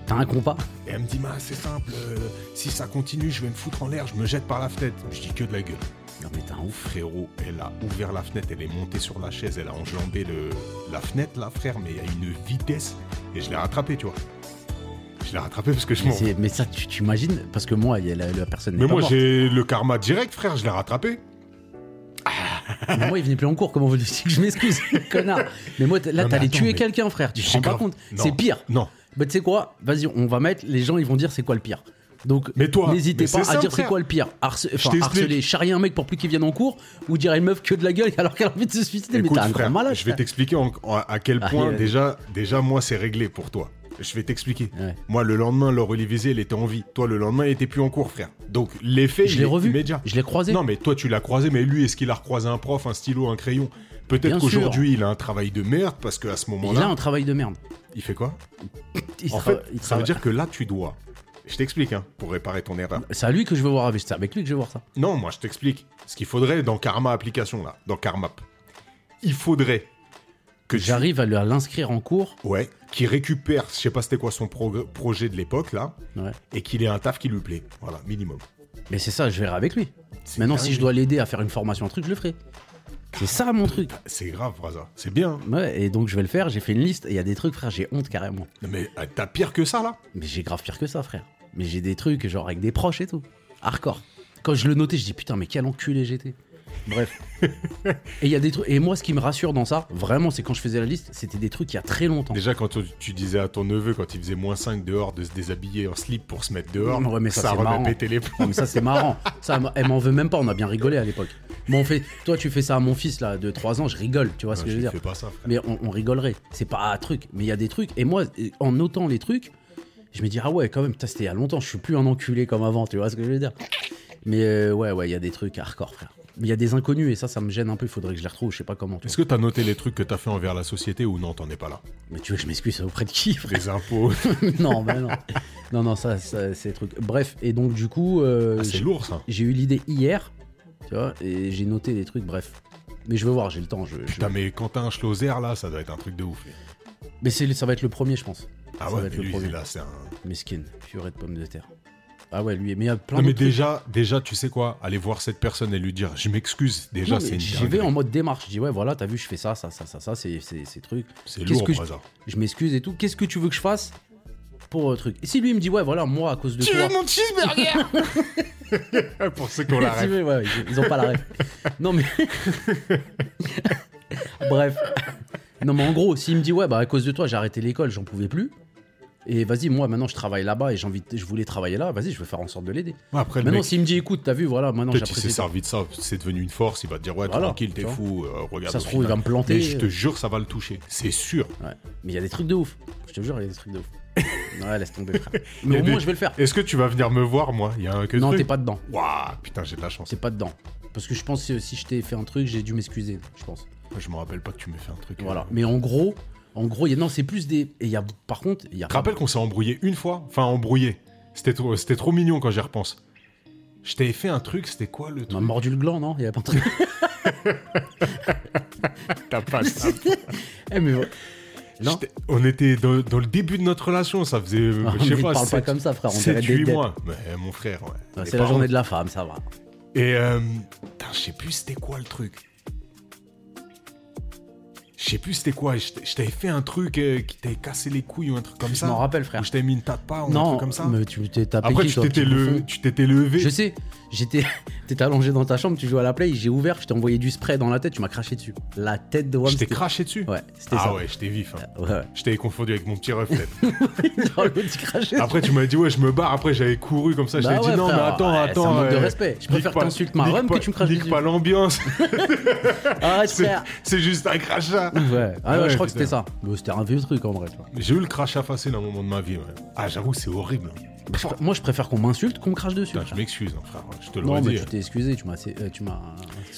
Speaker 2: T'as un compas
Speaker 3: Et elle me dit, bah, c'est simple, euh, si ça continue, je vais me foutre en l'air, je me jette par la fenêtre. Je dis que de la gueule.
Speaker 2: Non mais t'as un ouf.
Speaker 3: Ouf, frérot, elle a ouvert la fenêtre, elle est montée sur la chaise, elle a enjambé le, la fenêtre, là, frère, mais à une vitesse. Et je l'ai rattrapée, tu vois. Je l'ai rattrapée parce que je
Speaker 2: Mais,
Speaker 3: m'en.
Speaker 2: c'est- mais ça, tu t'imagines Parce que moi, il y a la, la personne. n'est
Speaker 3: Mais
Speaker 2: pas
Speaker 3: moi,
Speaker 2: morte.
Speaker 3: j'ai le karma direct, frère, je l'ai rattrapée.
Speaker 2: Mais moi, il venait plus en cours. Comment veux-tu que je m'excuse, connard Mais moi, t- là,
Speaker 3: Non, mais
Speaker 2: t'allais
Speaker 3: attends,
Speaker 2: tuer
Speaker 3: mais-
Speaker 2: quelqu'un, frère. Tu te
Speaker 3: J'ai
Speaker 2: rends pas
Speaker 3: grave-
Speaker 2: compte
Speaker 3: Non.
Speaker 2: C'est pire.
Speaker 3: Non.
Speaker 2: Bah, tu sais quoi Vas-y, on va mettre. Les gens, ils vont dire c'est quoi le pire. Donc,
Speaker 3: Mais toi,
Speaker 2: n'hésitez
Speaker 3: mais
Speaker 2: pas
Speaker 3: c'est
Speaker 2: à
Speaker 3: ça,
Speaker 2: dire c'est
Speaker 3: frère.
Speaker 2: quoi le pire. Harce- enfin,
Speaker 3: t'explique.
Speaker 2: harceler, charrier un mec pour plus qu'il vienne en cours ou dire à une meuf que de la gueule alors qu'elle a envie de se suicider. mais
Speaker 3: Écoute,
Speaker 2: t'as un
Speaker 3: frère,
Speaker 2: grand malade.
Speaker 3: je vais
Speaker 2: frère.
Speaker 3: t'expliquer en- en- à quel
Speaker 2: Allez,
Speaker 3: point
Speaker 2: Ah, vas-y.
Speaker 3: déjà, déjà moi c'est réglé pour toi. Je vais t'expliquer.
Speaker 2: Ouais.
Speaker 3: Moi le lendemain, Laure Olivier, elle était en vie. Toi le lendemain, elle était plus en cours, frère. Donc l'effet,
Speaker 2: Je
Speaker 3: il
Speaker 2: l'ai
Speaker 3: est
Speaker 2: revu.
Speaker 3: immédiat.
Speaker 2: Je l'ai croisé.
Speaker 3: Non mais toi tu l'as croisé, mais lui est-ce qu'il a recroisé un prof, un stylo, un crayon
Speaker 2: Bien
Speaker 3: Peut-être
Speaker 2: sûr.
Speaker 3: qu'aujourd'hui il a un travail de merde parce qu'à ce
Speaker 2: Il a
Speaker 3: moment-là,
Speaker 2: un travail de merde.
Speaker 3: il fait quoi
Speaker 2: Il
Speaker 3: En
Speaker 2: tra-
Speaker 3: fait,
Speaker 2: il
Speaker 3: ça veut
Speaker 2: travaille-
Speaker 3: dire que là tu dois Je t'explique, hein, pour réparer ton erreur.
Speaker 2: C'est à lui que je veux voir avec, c'est avec lui que je veux voir ça.
Speaker 3: Non, moi je t'explique. Ce qu'il faudrait dans Karma Application, là, dans Karmap, il faudrait que tu-
Speaker 2: J'arrive à le- à l'inscrire en cours.
Speaker 3: Ouais, qu'il récupère, je sais pas c'était quoi son progr- projet de l'époque, là,
Speaker 2: Ouais.
Speaker 3: et qu'il ait un taf qui lui plaît. Voilà, minimum.
Speaker 2: Mais c'est ça, je verrai avec lui.
Speaker 3: C'est
Speaker 2: Maintenant,
Speaker 3: dingue.
Speaker 2: si je dois l'aider à faire une formation, un truc, je le ferai. C'est ça mon truc.
Speaker 3: C'est grave, Raza. C'est bien. hein.
Speaker 2: Ouais, et donc je vais le faire, j'ai fait une liste, et il y a des trucs, frère, j'ai honte carrément.
Speaker 3: Non, Mais euh, t'as pire que ça, là
Speaker 2: Mais j'ai grave pire que ça, frère. Mais j'ai des trucs, genre avec des proches et tout. Hardcore. Quand je le notais, je dis putain, mais quel enculé j'étais. Bref. et il y a des trucs. Et moi, ce qui me rassure dans ça, vraiment, c'est quand je faisais la liste, c'était des trucs il y a très longtemps.
Speaker 3: Déjà, quand tu- tu disais à ton neveu, quand il faisait moins 5 dehors, de se déshabiller en slip pour se mettre dehors,
Speaker 2: Ouais, mais ça, c'est
Speaker 3: remet
Speaker 2: marrant.
Speaker 3: péter les
Speaker 2: Non,
Speaker 3: plombs.
Speaker 2: mais ça, c'est marrant. Ça, elle m'en- elle m'en veut même pas, on a bien rigolé à l'époque. Bon, on fait, toi, tu fais ça à mon fils, là, de 3 ans, je rigole, tu vois ce
Speaker 3: Non,
Speaker 2: que
Speaker 3: je
Speaker 2: je veux
Speaker 3: lui
Speaker 2: dire.
Speaker 3: fais pas ça, frère.
Speaker 2: Mais on, on rigolerait. C'est pas un truc. Mais il y a des trucs. Et moi, en notant les trucs, je me dis, ah ouais, quand même, putain, c'était il y a longtemps, je suis plus un enculé comme avant, tu vois ce que je veux dire. Mais euh, ouais, ouais, il y a des trucs hardcore, frère. Mais il y a des inconnus et ça, ça me gêne un peu. Il faudrait que je les retrouve, je sais pas comment. tu vois.
Speaker 3: Est-ce que t'as noté les trucs que t'as fait envers la société ou non, t'en es pas là
Speaker 2: Mais tu veux que je m'excuse auprès de qui, frère
Speaker 3: Des impôts.
Speaker 2: Non, mais non. Non, non, ça, ça, c'est des trucs. Bref, et donc, du coup, euh,
Speaker 3: Ah, c'est
Speaker 2: j'ai-
Speaker 3: lourd, ça.
Speaker 2: j'ai eu l'idée hier, tu vois, et j'ai noté des trucs, bref. Mais je veux voir, j'ai le temps. Je, je-
Speaker 3: Putain, mais Quentin Schlauzer, là, ça doit être un truc de ouf. lui.
Speaker 2: Mais c'est, ça va être le premier, je pense.
Speaker 3: Ah
Speaker 2: Ça va
Speaker 3: ouais,
Speaker 2: être
Speaker 3: mais
Speaker 2: le
Speaker 3: lui,
Speaker 2: premier.
Speaker 3: là, c'est un.
Speaker 2: Mesquine, purée de pommes de terre. Ah ouais, lui, mais il y a plein
Speaker 3: Non,
Speaker 2: de
Speaker 3: mais déjà, déjà, tu sais quoi Aller voir cette personne et lui dire Je m'excuse, déjà, c'est une
Speaker 2: J'y vais
Speaker 3: dinguerie.
Speaker 2: en mode démarche. Je dis, ouais, voilà, t'as vu, je fais ça, ça, ça, ça, ça, c'est- c'est- ces trucs.
Speaker 3: C'est
Speaker 2: Qu'est-ce
Speaker 3: lourd,
Speaker 2: que je-
Speaker 3: Braza.
Speaker 2: Je m'excuse et tout. Qu'est-ce que tu veux que je fasse pour un truc Et si lui, il me dit, ouais, voilà, moi, à cause de toi.
Speaker 3: mon cheeseburger Pour ceux qui ont la
Speaker 2: Si tu
Speaker 3: rêve.
Speaker 2: veux, ouais, ouais, ils ont pas la ref. Non, mais. Bref. Non, mais en gros, s'il me dit, ouais, bah, à cause de toi, j'ai arrêté l'école, j'en pouvais plus. Et vas-y, moi, maintenant, je travaille là-bas et j'ai envie de- je voulais travailler là. Vas-y, je vais faire en sorte de l'aider.
Speaker 3: Après, le
Speaker 2: Maintenant,
Speaker 3: mec,
Speaker 2: s'il me dit, écoute, t'as vu, voilà, maintenant,
Speaker 3: peut-être il s'est
Speaker 2: j'apprécie.
Speaker 3: servi de ça, c'est devenu une force, il va te dire Ouais,
Speaker 2: Voilà,
Speaker 3: tranquille,
Speaker 2: tu
Speaker 3: t'es
Speaker 2: vois.
Speaker 3: fou, euh, regarde.
Speaker 2: Ça
Speaker 3: au
Speaker 2: se trouve, il
Speaker 3: final.
Speaker 2: va me planter. euh.
Speaker 3: Mais je te jure, ça va le toucher, c'est sûr.
Speaker 2: Ouais. Mais il y a des trucs de ouf. Je te jure, il y a des trucs de ouf. Ouais, laisse tomber, frère.
Speaker 3: Il y
Speaker 2: Mais
Speaker 3: a
Speaker 2: au moins,
Speaker 3: des-
Speaker 2: je vais le faire.
Speaker 3: Est-ce que tu vas venir me voir, moi Il y a un que
Speaker 2: Non, t'es
Speaker 3: truc.
Speaker 2: pas dedans.
Speaker 3: Waouh, putain, j'ai de la chance.
Speaker 2: T'es pas dedans. Parce que je pense que si je t'ai fait un truc, j'ai dû m'excuser, je pense.
Speaker 3: Je me rappelle pas que tu m'as fait un truc.
Speaker 2: Voilà.
Speaker 3: euh.
Speaker 2: Mais en gros, en gros, il y a... non, c'est plus des. Et il y a, par contre, il y a.
Speaker 3: Je te rappelle qu'on s'est embrouillé une fois Enfin, embrouillé. C'était trop, c'était trop mignon quand j'y repense. Je t'avais fait un truc, c'était quoi le
Speaker 2: On m'a
Speaker 3: truc
Speaker 2: mordu le gland, non Il y a pas un truc.
Speaker 3: T'as pas le temps.
Speaker 2: Eh, mais ouais. Non.
Speaker 3: J'étais- On était dans, dans le début de notre relation, ça faisait, euh,
Speaker 2: Ah,
Speaker 3: je sais
Speaker 2: mais
Speaker 3: pas,
Speaker 2: parle pas
Speaker 3: 7,
Speaker 2: comme ça, frère, on dirait des dettes.
Speaker 3: mois. Mais, eh, mon frère, ouais.
Speaker 2: Ouais,
Speaker 3: Les
Speaker 2: C'est la
Speaker 3: parents.
Speaker 2: journée de la femme, ça va.
Speaker 3: Et, euh, putain, je sais plus c'était quoi le truc. Je sais plus c'était quoi, je t'ai- je t'avais fait un truc euh, qui t'avait cassé les couilles ou un truc comme
Speaker 2: Je
Speaker 3: ça.
Speaker 2: m'en rappelle, frère.
Speaker 3: Ou je t'avais mis une tape pas ou un
Speaker 2: Non,
Speaker 3: truc comme ça.
Speaker 2: mais tu t'es tapé
Speaker 3: Après,
Speaker 2: qui,
Speaker 3: tu
Speaker 2: toi,
Speaker 3: t'étais
Speaker 2: petit bouffon
Speaker 3: le- tu t'étais levé.
Speaker 2: Je sais, j'étais, t'étais allongé dans ta chambre, tu jouais à la play, j'ai ouvert, je t'ai envoyé du spray dans la tête, tu m'as craché dessus. La tête de Wam.
Speaker 3: Je t'ai
Speaker 2: c'était-
Speaker 3: craché dessus.
Speaker 2: Ouais, c'était
Speaker 3: Ah
Speaker 2: ça.
Speaker 3: ouais, j'étais vif. hein.
Speaker 2: Ouais, ouais.
Speaker 3: Je t'avais confondu avec mon petit reflet.
Speaker 2: Dans le petit craché.
Speaker 3: Après, tu m'as dit, ouais, je me barre. Après, j'avais couru comme ça. je
Speaker 2: Bah
Speaker 3: t'ai
Speaker 2: ouais,
Speaker 3: dit, non,
Speaker 2: frère,
Speaker 3: mais attends,
Speaker 2: ouais,
Speaker 3: attends.
Speaker 2: C'est un manque de
Speaker 3: euh,
Speaker 2: respect. Je
Speaker 3: nique
Speaker 2: préfère que
Speaker 3: pas-
Speaker 2: t'insultes ma
Speaker 3: nique
Speaker 2: rhum que
Speaker 3: pas-
Speaker 2: tu me craches
Speaker 3: Nique
Speaker 2: dessus.
Speaker 3: pas l'ambiance.
Speaker 2: Arrête,
Speaker 3: C'est-
Speaker 2: frère.
Speaker 3: C'est juste un crachat.
Speaker 2: Ouais, ah ouais,
Speaker 3: Ah, Ouais,
Speaker 2: je crois que
Speaker 3: putain.
Speaker 2: c'était ça. Mais c'était un vieux truc en vrai. tu vois.
Speaker 3: J'ai eu le crachat facile à un moment de ma vie. ouais. Ah, j'avoue, c'est horrible. hein.
Speaker 2: Je pr- Moi, je préfère qu'on m'insulte qu'on me crache dessus.
Speaker 3: Putain, je
Speaker 2: frère.
Speaker 3: m'excuse, hein, frère. Je te le
Speaker 2: Non, mais
Speaker 3: redis.
Speaker 2: tu t'es excusé, tu m'as. assez- euh, tu m'as-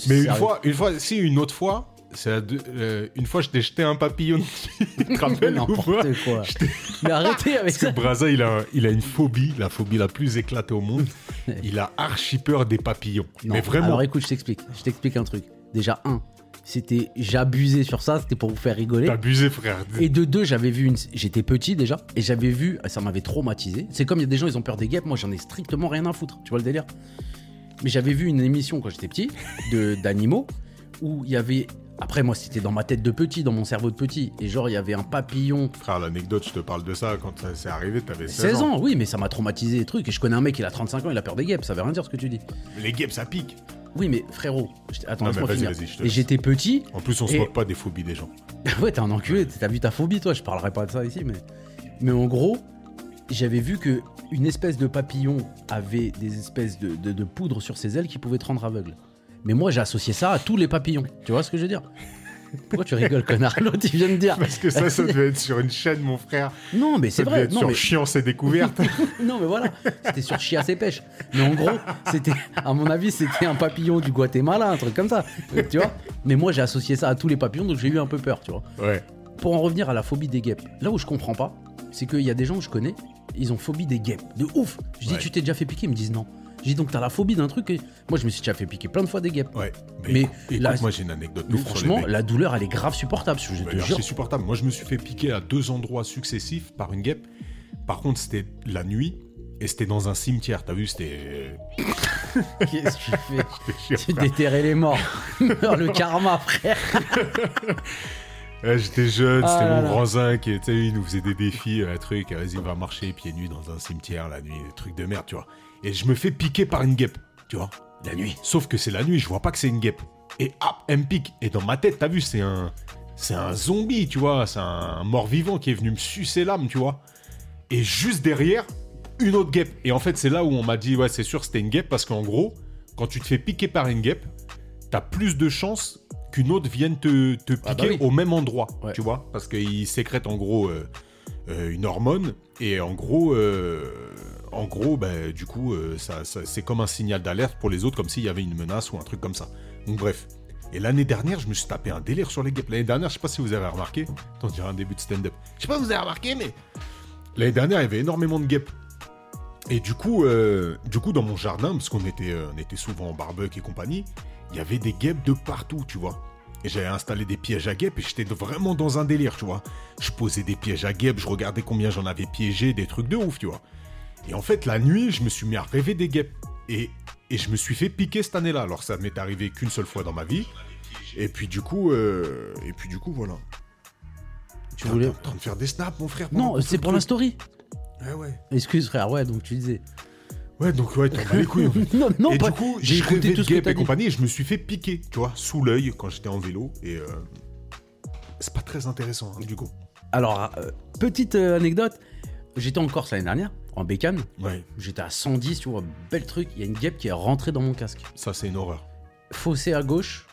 Speaker 3: Mais une
Speaker 2: Sérieux.
Speaker 3: fois, une fois, si, une autre fois. C'est la deux- euh, une fois, je t'ai jeté un papillon. tu te rappelles ou pas
Speaker 2: N'importe quoi. Mais arrêtez avec ça.
Speaker 3: Parce que Braza, il a, il a une phobie, la phobie la plus éclatée au monde. Il a archi peur des papillons.
Speaker 2: Non,
Speaker 3: mais vraiment.
Speaker 2: Alors écoute, je t'explique. Je t'explique un truc. Déjà, un, c'était. J'abusais sur ça, c'était pour vous faire rigoler.
Speaker 3: T'as abusé, frère.
Speaker 2: Et de deux, j'avais vu une. J'étais petit déjà, et j'avais vu. Ça m'avait traumatisé. C'est comme il y a des gens, ils ont peur des guêpes. Moi, j'en ai strictement rien à foutre. Tu vois le délire Mais j'avais vu une émission quand j'étais petit de d'animaux où il y avait. Après, moi, c'était dans ma tête de petit, dans mon cerveau de petit. Et genre, il y avait un papillon.
Speaker 3: Frère, l'anecdote, je te parle de ça quand ça s'est arrivé, t'avais 16,
Speaker 2: 16 ans, oui, mais ça m'a traumatisé les trucs. Et je connais un mec, il a 35 ans, il a peur des guêpes. Ça veut rien dire ce que tu dis.
Speaker 3: Mais Les guêpes, ça pique.
Speaker 2: Oui, mais frérot, j'étais- attends,
Speaker 3: Non,
Speaker 2: laisse-moi
Speaker 3: mais vas-y,
Speaker 2: finir.
Speaker 3: vas-y, je te
Speaker 2: Et
Speaker 3: laisse.
Speaker 2: j'étais petit,
Speaker 3: En plus, on se
Speaker 2: Et-
Speaker 3: moque pas des phobies des gens.
Speaker 2: Ouais, t'es un enculé, t'as vu ta phobie, toi, je parlerai pas de ça ici, mais. Mais en gros, j'avais vu que une espèce de papillon avait des espèces de, de- de poudre sur ses ailes qui pouvaient te rendre aveugle. Mais moi, j'ai associé ça à tous les papillons. Tu vois ce que je veux dire Pourquoi tu rigoles, connard L'autre, il vient de dire.
Speaker 3: Parce que ça, ça devait être sur une chaîne, mon frère.
Speaker 2: Non, mais c'est
Speaker 3: Ça devait
Speaker 2: vrai.
Speaker 3: être
Speaker 2: Non
Speaker 3: sur
Speaker 2: mais,
Speaker 3: Chiant, c'est découverte.
Speaker 2: non, mais voilà. C'était sur Chia ses pêches. Mais en gros, c'était, à mon avis, c'était un papillon du Guatemala, un truc comme ça. Euh, Tu vois Mais moi, j'ai associé ça à tous les papillons, donc j'ai eu un peu peur, tu vois.
Speaker 3: ouais.
Speaker 2: Pour en revenir à la phobie des guêpes, là où je comprends pas, c'est qu'il y a des gens que je connais ils ont phobie des guêpes. De ouf. Je dis,
Speaker 3: Ouais.
Speaker 2: tu t'es déjà fait piquer Ils me disent non. Je dis, donc t'as la phobie d'un truc. que- Moi, je me suis déjà fait piquer plein de fois des guêpes.
Speaker 3: Ouais. Bah,
Speaker 2: Mais
Speaker 3: écoute, écoute,
Speaker 2: là-
Speaker 3: moi j'ai une anecdote. de
Speaker 2: Mais
Speaker 3: ouf sur les
Speaker 2: franchement,
Speaker 3: mecs.
Speaker 2: la douleur, elle est grave supportable. Je
Speaker 3: Mais
Speaker 2: te
Speaker 3: alors,
Speaker 2: jure.
Speaker 3: C'est supportable. Moi, je me suis fait piquer à deux endroits successifs par une guêpe. Par contre, c'était la nuit et c'était dans un cimetière. T'as vu, c'était. euh,
Speaker 2: Qu'est-ce que tu fais Tu déterrais les morts. Meurs le karma, frère.
Speaker 3: Ouais, J'étais jeune,
Speaker 2: Ah
Speaker 3: c'était
Speaker 2: là
Speaker 3: mon
Speaker 2: là.
Speaker 3: grand zinc, qui était, il nous faisait des défis, un truc, euh, vas-y, va marcher pieds nus dans un cimetière la nuit, des trucs de merde, tu vois. Et je me fais piquer par une guêpe, tu vois, la nuit. Sauf que c'est la nuit, je vois pas que c'est une guêpe. Et hop, elle me pique. Et dans ma tête, t'as vu, c'est un, c'est un zombie, tu vois, c'est un mort-vivant qui est venu me sucer l'âme, tu vois. Et juste derrière, une autre guêpe. Et en fait, c'est là où on m'a dit, ouais, c'est sûr, c'était une guêpe, parce qu'en gros, quand tu te fais piquer par une guêpe, t'as plus de chances qu'une autre vienne te, te piquer
Speaker 2: Ah bah oui.
Speaker 3: au même endroit,
Speaker 2: Ouais.
Speaker 3: tu vois, parce qu'il sécrète en gros euh, euh, une hormone et en gros, euh, en gros, ben, du coup, euh, ça, ça- c'est comme un signal d'alerte pour les autres, comme s'il y avait une menace ou un truc comme ça. Donc bref. Et l'année dernière, je me suis tapé un délire sur les guêpes. L'année dernière, je sais pas si vous avez remarqué, on dirait un début de stand-up. Je sais pas si vous avez remarqué, mais l'année dernière, il y avait énormément de guêpes. Et du coup, euh, du coup, dans mon jardin, parce qu'on était, euh, on était souvent en barbecue et compagnie, il y avait des guêpes de partout, tu vois. Et j'avais installé des pièges à guêpes et j'étais vraiment dans un délire, tu vois. Je posais des pièges à guêpes, je regardais combien j'en avais piégé, des trucs de ouf, tu vois. Et en fait, la nuit, je me suis mis à rêver des guêpes. Et, et je me suis fait piquer cette année-là. Alors ça m'est arrivé qu'une seule fois dans ma vie. Et puis du coup, euh, et puis du coup, voilà.
Speaker 2: Tu voulais.
Speaker 3: T'es en train de faire des snaps, mon frère pendant
Speaker 2: Non,
Speaker 3: qu'on fait
Speaker 2: c'est
Speaker 3: le
Speaker 2: pour la
Speaker 3: truc.
Speaker 2: story.
Speaker 3: Ouais, Eh ouais.
Speaker 2: Excuse, frère. Ouais, donc tu disais.
Speaker 3: Ouais, donc ouais, t'en bats les couilles, en fait.
Speaker 2: non, non,
Speaker 3: et
Speaker 2: pas-
Speaker 3: du coup,
Speaker 2: j'ai
Speaker 3: j'ai
Speaker 2: écouté tout ce que
Speaker 3: guêpes
Speaker 2: t'as
Speaker 3: et
Speaker 2: dit.
Speaker 3: compagnie et je me suis fait piquer, tu vois, sous l'œil quand j'étais en vélo. Et euh, c'est pas très intéressant, hein, du coup.
Speaker 2: Alors, euh, petite euh, anecdote. J'étais en Corse l'année dernière, en bécane.
Speaker 3: Ouais,
Speaker 2: J'étais à 110, tu vois, bel truc. Il y a une guêpe qui est rentrée dans mon casque.
Speaker 3: ça c'est une horreur.
Speaker 2: Fossé à gauche.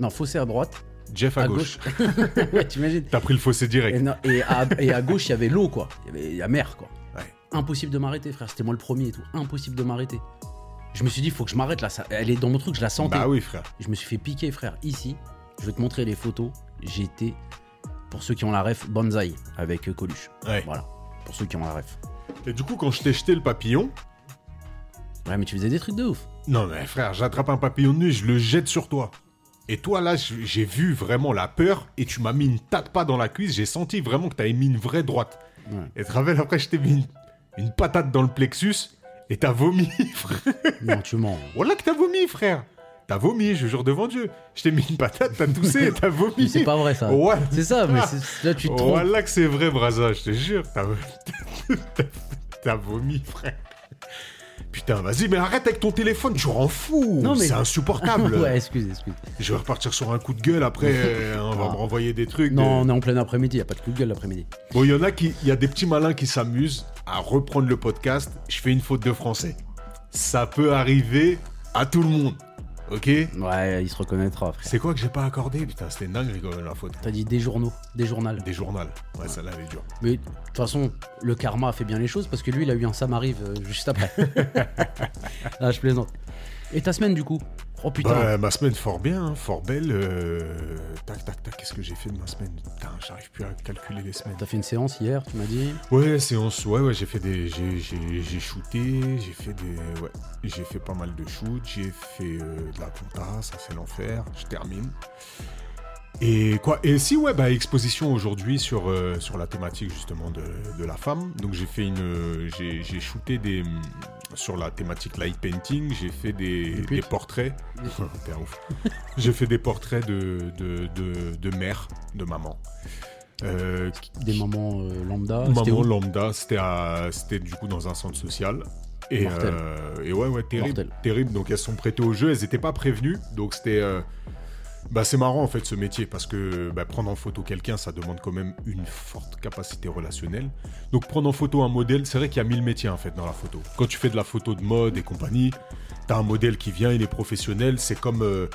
Speaker 2: Non, fossé à droite.
Speaker 3: Jeff à, gauche.
Speaker 2: ouais, t'imagines.
Speaker 3: T'as pris le fossé
Speaker 2: Et,
Speaker 3: direct.
Speaker 2: non, et à, et à gauche, il y avait l'eau, quoi. Il y avait la mer, quoi.
Speaker 3: Ouais.
Speaker 2: Impossible de m'arrêter, frère. C'était moi le premier et tout. Impossible de m'arrêter. Je me suis dit, faut que je m'arrête là. ça- elle est dans mon truc, je la sentais.
Speaker 3: Bah oui, frère.
Speaker 2: Je me suis fait piquer, frère, ici. Je vais te montrer les photos. J'étais, pour ceux qui ont la ref, Banzai avec euh, Coluche.
Speaker 3: Ouais.
Speaker 2: Voilà. Pour ceux qui ont la ref.
Speaker 3: Et du coup, quand je t'ai jeté le papillon,
Speaker 2: Ouais, mais tu faisais des trucs de ouf.
Speaker 3: non mais frère, j'attrape un papillon de nuit, je le jette sur toi. Et toi là, je- j'ai vu vraiment la peur et tu m'as mis une patte pas dans la cuisse, j'ai senti vraiment que t'avais mis une vraie droite.
Speaker 2: Ouais.
Speaker 3: Et te rappelles, après, je t'ai mis une, une patate dans le plexus et t'as vomi, frère.
Speaker 2: Non, tu mens.
Speaker 3: Voilà que t'as vomi, frère. T'as vomi, je jure devant Dieu. Je t'ai mis une patate, t'as toussé et t'as
Speaker 2: Mais
Speaker 3: vomi.
Speaker 2: c'est pas vrai, ça.
Speaker 3: Ouais. Ah.
Speaker 2: C'est ça, mais c'est- là, tu te trompes.
Speaker 3: Voilà que c'est vrai, Braza, je te jure. T'as t'as vomi, frère. Putain, vas-y, mais arrête avec ton téléphone, tu rends fou.
Speaker 2: Non, mais-
Speaker 3: C'est insupportable.
Speaker 2: ouais, excuse, excuse.
Speaker 3: Je vais repartir sur un coup de gueule après. euh, on va
Speaker 2: Ah.
Speaker 3: me renvoyer des trucs.
Speaker 2: Non,
Speaker 3: de-
Speaker 2: on est en plein après-midi, y a pas de coup de gueule l'après-midi.
Speaker 3: Bon, il y en a qui. Il y a des petits malins qui s'amusent à reprendre le podcast. Je fais une faute de français. Ça peut arriver à tout le monde. Ok
Speaker 2: Ouais, il se reconnaîtra, frère.
Speaker 3: C'est quoi que j'ai pas accordé Putain, c'était dingue quand même la faute.
Speaker 2: T'as dit des journaux, des journaux.
Speaker 3: Des journaux. Ouais, ça l'avait dur.
Speaker 2: Mais de toute façon, le karma fait bien les choses parce que lui, il a eu un ça m'arrive euh, juste après. ah, je plaisante. Et ta semaine, du coup Oh putain.
Speaker 3: Bah, ma semaine fort bien, hein, fort belle. euh, Tac, tac, tac, qu'est-ce que j'ai fait de ma semaine Putain, j'arrive plus à calculer les semaines.
Speaker 2: T'as fait une séance hier, tu m'as dit.
Speaker 3: Ouais, séance, ouais, ouais, j'ai fait des. J'ai, j'ai, j'ai shooté, j'ai fait des. Ouais, j'ai fait pas mal de shoots, j'ai fait euh, de la compta, ça c'est l'enfer, je termine. Et quoi Et si, ouais, bah, exposition aujourd'hui sur, euh, sur la thématique justement de, de la femme. Donc j'ai fait une. euh, J'ai, j'ai shooté des. hum, Sur la thématique light painting, j'ai fait des,
Speaker 2: Des
Speaker 3: des
Speaker 2: putes.
Speaker 3: portraits. T'es un ouf. j'ai fait des portraits de, de, de, de mère, de maman. Euh,
Speaker 2: Des moments euh, lambda. C'était
Speaker 3: Maman
Speaker 2: où
Speaker 3: lambda, c'était à- c'était du coup dans un centre social. Et,
Speaker 2: Mortel.
Speaker 3: euh, et ouais, ouais, terrible,
Speaker 2: Mortel.
Speaker 3: terrible. Donc elles se sont prêtées au jeu, elles n'étaient pas prévenues. Donc c'était, euh, bah c'est marrant en fait ce métier parce que bah, prendre en photo quelqu'un, ça demande quand même une forte capacité relationnelle. Donc prendre en photo un modèle, c'est vrai qu'il y a mille métiers en fait dans la photo. Quand tu fais de la photo de mode et compagnie, t'as un modèle qui vient, il est professionnel, c'est comme, euh,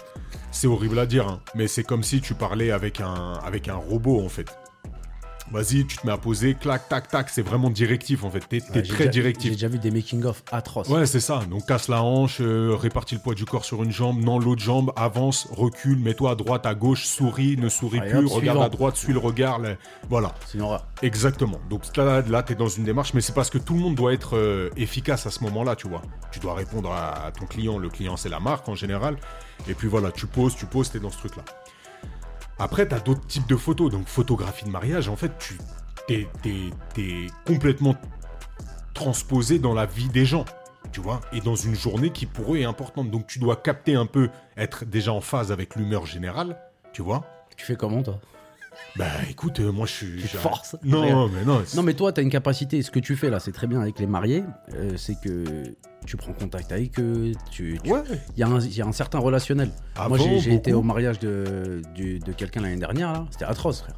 Speaker 3: c'est horrible à dire, hein, mais c'est comme si tu parlais avec un avec un robot en fait. Vas-y, tu te mets à poser, clac, tac, tac, c'est vraiment directif en fait. T'es t'es
Speaker 2: Ouais, j'ai
Speaker 3: très
Speaker 2: déjà- J'ai
Speaker 3: directif.
Speaker 2: déjà vu des making-of atroces.
Speaker 3: Ouais, c'est ça. Donc casse la hanche, euh, répartis le poids du corps sur une jambe, non l'autre jambe, avance, recule, mets-toi à droite, à gauche, souris, ne souris
Speaker 2: Allez,
Speaker 3: plus,
Speaker 2: hop,
Speaker 3: regarde
Speaker 2: suivant.
Speaker 3: à droite, suis le regard. le- Voilà.
Speaker 2: C'est une horreur.
Speaker 3: Exactement. Donc là, là tu es dans une démarche, mais c'est parce que tout le monde doit être euh, efficace à ce moment-là, tu vois. Tu dois répondre à, à ton client. Le client, c'est la marque en général. Et puis voilà, tu poses, tu poses, tu es dans ce truc-là. Après, tu as d'autres types de photos. Donc, photographie de mariage, en fait, tu t'es t'es- t'es complètement transposé dans la vie des gens, tu vois, et dans une journée qui pour eux est importante. Donc, tu dois capter un peu, être déjà en phase avec l'humeur générale, tu vois.
Speaker 2: Tu fais comment, toi
Speaker 3: Bah écoute, euh, moi je suis.
Speaker 2: Tu te
Speaker 3: j'ai-
Speaker 2: forces.
Speaker 3: Non, mais non. c'est-
Speaker 2: Non, mais toi, t'as une capacité. Ce que tu fais là, c'est très bien avec les mariés. euh, c'est que tu prends contact avec eux. Tu, tu-
Speaker 3: Ouais.
Speaker 2: Il y, a un- il y a un certain relationnel. Moi,
Speaker 3: Avant,
Speaker 2: j'ai- j'ai été
Speaker 3: beaucoup.
Speaker 2: au mariage de, du- de quelqu'un l'année dernière, là. C'était atroce, frère.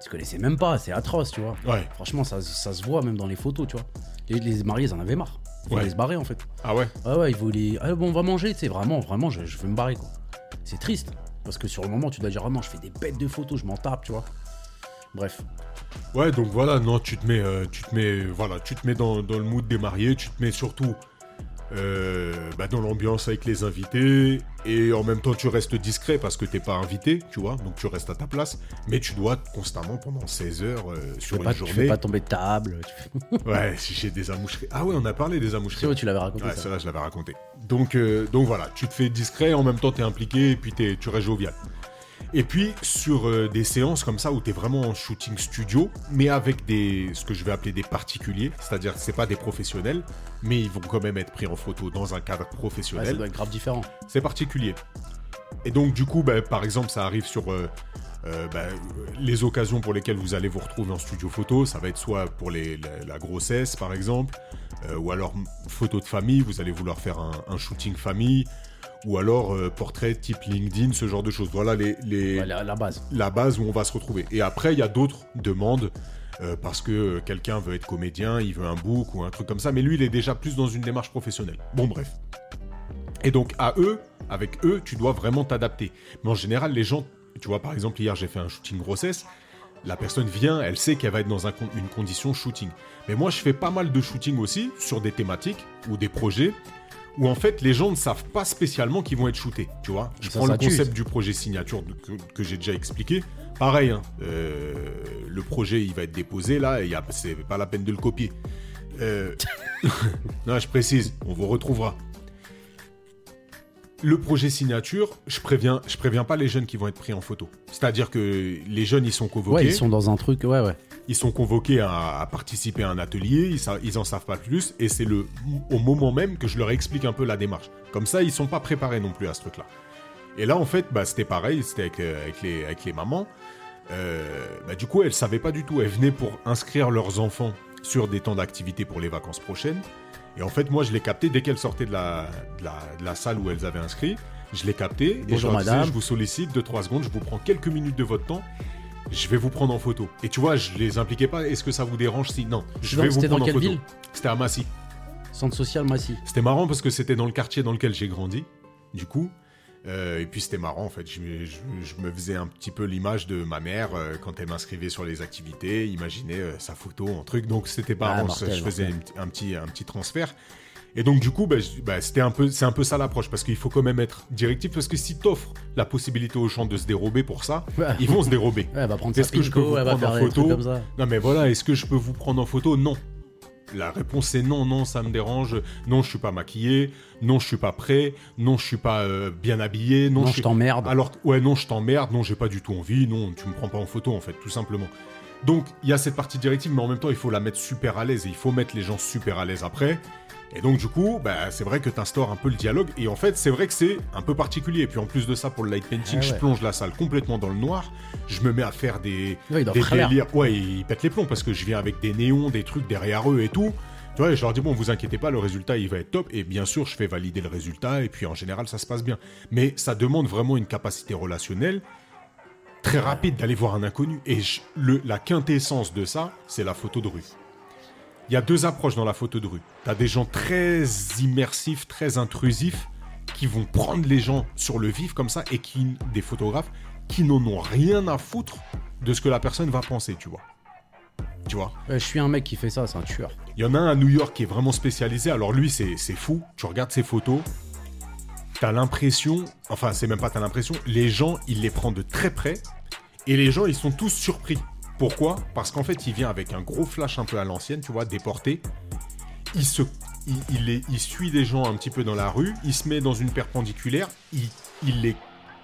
Speaker 2: Tu te connaissais même pas, c'est atroce, tu vois.
Speaker 3: Ouais.
Speaker 2: Franchement, ça, ça se voit même dans les photos, tu vois. Les, les mariés, ils en avaient marre. Ils voulaient
Speaker 3: Ouais.
Speaker 2: se barrer, en fait.
Speaker 3: Ah ouais.
Speaker 2: Ah ouais, ils voulaient. Ah bon, on va manger, tu sais, vraiment, vraiment, je, je veux me barrer, quoi. C'est triste. Parce que sur le moment, tu dois dire, vraiment, je fais des bêtes de photos, je m'en tape, tu vois. Bref.
Speaker 3: Ouais, donc voilà, non, tu te mets, euh, tu te mets, voilà, tu te mets dans, dans le mood des mariés, tu te mets surtout euh, bah, dans l'ambiance avec les invités, et en même temps tu restes discret parce que t'es pas invité, tu vois, donc tu restes à ta place, mais tu dois constamment pendant 16 heures euh,
Speaker 2: Tu
Speaker 3: sur
Speaker 2: fais,
Speaker 3: une
Speaker 2: pas, tu fais
Speaker 3: journée.
Speaker 2: pas tomber de table. Tu, fais-
Speaker 3: Ouais, si j'ai des amoucheries. Ah ouais, on a parlé des amoucheries.
Speaker 2: Tu vois, tu l'avais raconté.
Speaker 3: Ouais,
Speaker 2: ça.
Speaker 3: celle-là, je l'avais raconté. Donc, euh, donc voilà, tu te fais discret, en même temps, t'es impliqué, et puis t'es- tu restes jovial. Et puis, sur euh, des séances comme ça, où t'es vraiment en shooting studio, mais avec des, ce que je vais appeler des particuliers, c'est-à-dire que c'est pas des professionnels, mais ils vont quand même être pris en photo dans un cadre
Speaker 2: Ouais, ça
Speaker 3: professionnel,
Speaker 2: doit être grave différent.
Speaker 3: c'est particulier. Et donc, du coup, bah, par exemple, ça arrive sur euh, euh, bah, euh, les occasions pour lesquelles vous allez vous retrouver en studio photo. Ça va être soit pour les- la, la grossesse, par exemple, euh, ou alors m- photo de famille, vous allez vouloir faire un, un shooting famille, ou alors euh, portrait type LinkedIn, ce genre de choses. Voilà les, les-
Speaker 2: Ouais, la, la base.
Speaker 3: la base où on va se retrouver. Et après, il y a d'autres demandes. euh, parce que euh, quelqu'un veut être comédien, il veut un book ou un truc comme ça, mais lui il est déjà plus dans une démarche professionnelle. Bon bref. Et donc à eux, avec eux, tu dois vraiment t'adapter. Mais en général, les gens, tu vois, par exemple, hier j'ai fait un shooting grossesse. La personne vient, elle sait qu'elle va être dans un con- une condition shooting. Mais moi, je fais pas mal de shooting aussi sur des thématiques ou des projets où en fait les gens ne savent pas spécialement qu'ils vont être shootés. Tu vois, je
Speaker 2: Ça,
Speaker 3: prends
Speaker 2: ça
Speaker 3: le
Speaker 2: tue.
Speaker 3: concept du projet signature de- que, que j'ai déjà expliqué. Pareil, hein, euh, le projet il va être déposé là, et il y a- c'est pas la peine de le copier. Euh, non, je précise, on vous retrouvera. Le projet signature, je préviens, je préviens pas les jeunes qui vont être pris en photo. C'est-à-dire que les jeunes, ils sont convoqués,
Speaker 2: Ouais,
Speaker 3: ils,
Speaker 2: ils
Speaker 3: sont...
Speaker 2: sont dans un truc. Ouais, ouais.
Speaker 3: convoqués à, à participer à un atelier, ils, sa- ils en savent pas plus, et c'est le au moment même que je leur explique un peu la démarche. Comme ça, ils sont pas préparés non plus à ce truc-là. Et là, en fait, bah, c'était pareil, c'était avec, euh, avec les, avec les mamans. Euh, bah, du coup, elles savaient pas du tout. Elles venaient pour inscrire leurs enfants sur des temps d'activité pour les vacances prochaines. Et en fait, moi, je les captais dès qu'elles sortaient de la, de la, de la salle où elles avaient inscrit. Je les captais et je
Speaker 2: Bonjour,
Speaker 3: leur disais,
Speaker 2: madame.
Speaker 3: je vous sollicite 2-3 secondes, je vous prends quelques minutes de votre temps. Je vais vous prendre en photo. Et tu vois, je les impliquais pas. Est-ce que ça vous dérange si non Je
Speaker 2: Donc,
Speaker 3: vais vous
Speaker 2: c'était dans
Speaker 3: prendre en
Speaker 2: quelle
Speaker 3: photo.
Speaker 2: ville
Speaker 3: C'était à Massy.
Speaker 2: Centre social Massy.
Speaker 3: C'était marrant parce que c'était dans le quartier dans lequel j'ai grandi, du coup. Euh, et puis c'était marrant en fait. Je, me- je- je me faisais un petit peu l'image de ma mère euh, quand elle m'inscrivait sur les activités, imaginait euh, sa photo en truc. Donc c'était marrant.
Speaker 2: Ah, mortel,
Speaker 3: je faisais
Speaker 2: mortel.
Speaker 3: une p- un, petit un petit transfert. Et donc du coup, bah, je- bah, c'était un peu c'est un peu ça l'approche parce qu'il faut quand même être directif parce que si t'offres la possibilité aux gens de se dérober pour ça,
Speaker 2: Ouais.
Speaker 3: ils vont se dérober.
Speaker 2: Ouais, elle va prendre
Speaker 3: Est-ce
Speaker 2: sa
Speaker 3: que je peux
Speaker 2: pinko,
Speaker 3: vous
Speaker 2: elle va
Speaker 3: prendre
Speaker 2: faire
Speaker 3: en
Speaker 2: des trucs
Speaker 3: photo
Speaker 2: comme ça.
Speaker 3: Non mais voilà, est-ce que je peux vous prendre en photo Non. La réponse est non, non, ça me dérange. Non, je suis pas maquillé. Non, je suis pas prêt. Non, je suis pas euh, bien habillé. Non,
Speaker 2: Non,
Speaker 3: je
Speaker 2: je
Speaker 3: suis-
Speaker 2: t'emmerde.
Speaker 3: Alors, que- ouais, non, je t'emmerde. Non, j'ai pas du tout envie. Non, tu me prends pas en photo, en fait, tout simplement. Donc, il y a cette partie directive, mais en même temps, il faut la mettre super à l'aise et il faut mettre les gens super à l'aise après. Et donc, du coup, bah, c'est vrai que t'instaures un peu le dialogue. Et en fait, c'est vrai que c'est un peu particulier. Et puis, en plus de ça, pour le light painting,
Speaker 2: Ah
Speaker 3: je
Speaker 2: ouais.
Speaker 3: plonge la salle complètement dans le noir. Je me mets à faire des,
Speaker 2: Ouais, ils doivent
Speaker 3: des
Speaker 2: faire l'air.
Speaker 3: délires. Ouais, ils pètent les plombs parce que je viens avec des néons, des trucs derrière eux et tout. Tu vois, et je leur dis, bon, vous inquiétez pas, le résultat, il va être top. Et bien sûr, je fais valider le résultat. Et puis, en général, ça se passe bien. Mais ça demande vraiment une capacité relationnelle très rapide d'aller voir un inconnu. Et je- le- la quintessence de ça, c'est la photo de rue. Il y a deux approches dans la photo de rue. T'as des gens très immersifs, très intrusifs, qui vont prendre les gens sur le vif comme ça, et qui, des photographes, qui n'en ont rien à foutre de ce que la personne va penser, tu vois. Tu vois
Speaker 2: Euh, je suis un mec qui fait ça, c'est un tueur.
Speaker 3: Il y en a un à New York qui est vraiment spécialisé. Alors lui, c'est c'est fou. Tu regardes ses photos. T'as l'impression, enfin, c'est même pas t'as l'impression, les gens, il les prend de très près. Et les gens, ils sont tous surpris. Pourquoi Parce qu'en fait, il vient avec un gros flash un peu à l'ancienne, tu vois, déporté. Il se. Il, il les- il suit des gens un petit peu dans la rue, il se met dans une perpendiculaire, il, il les.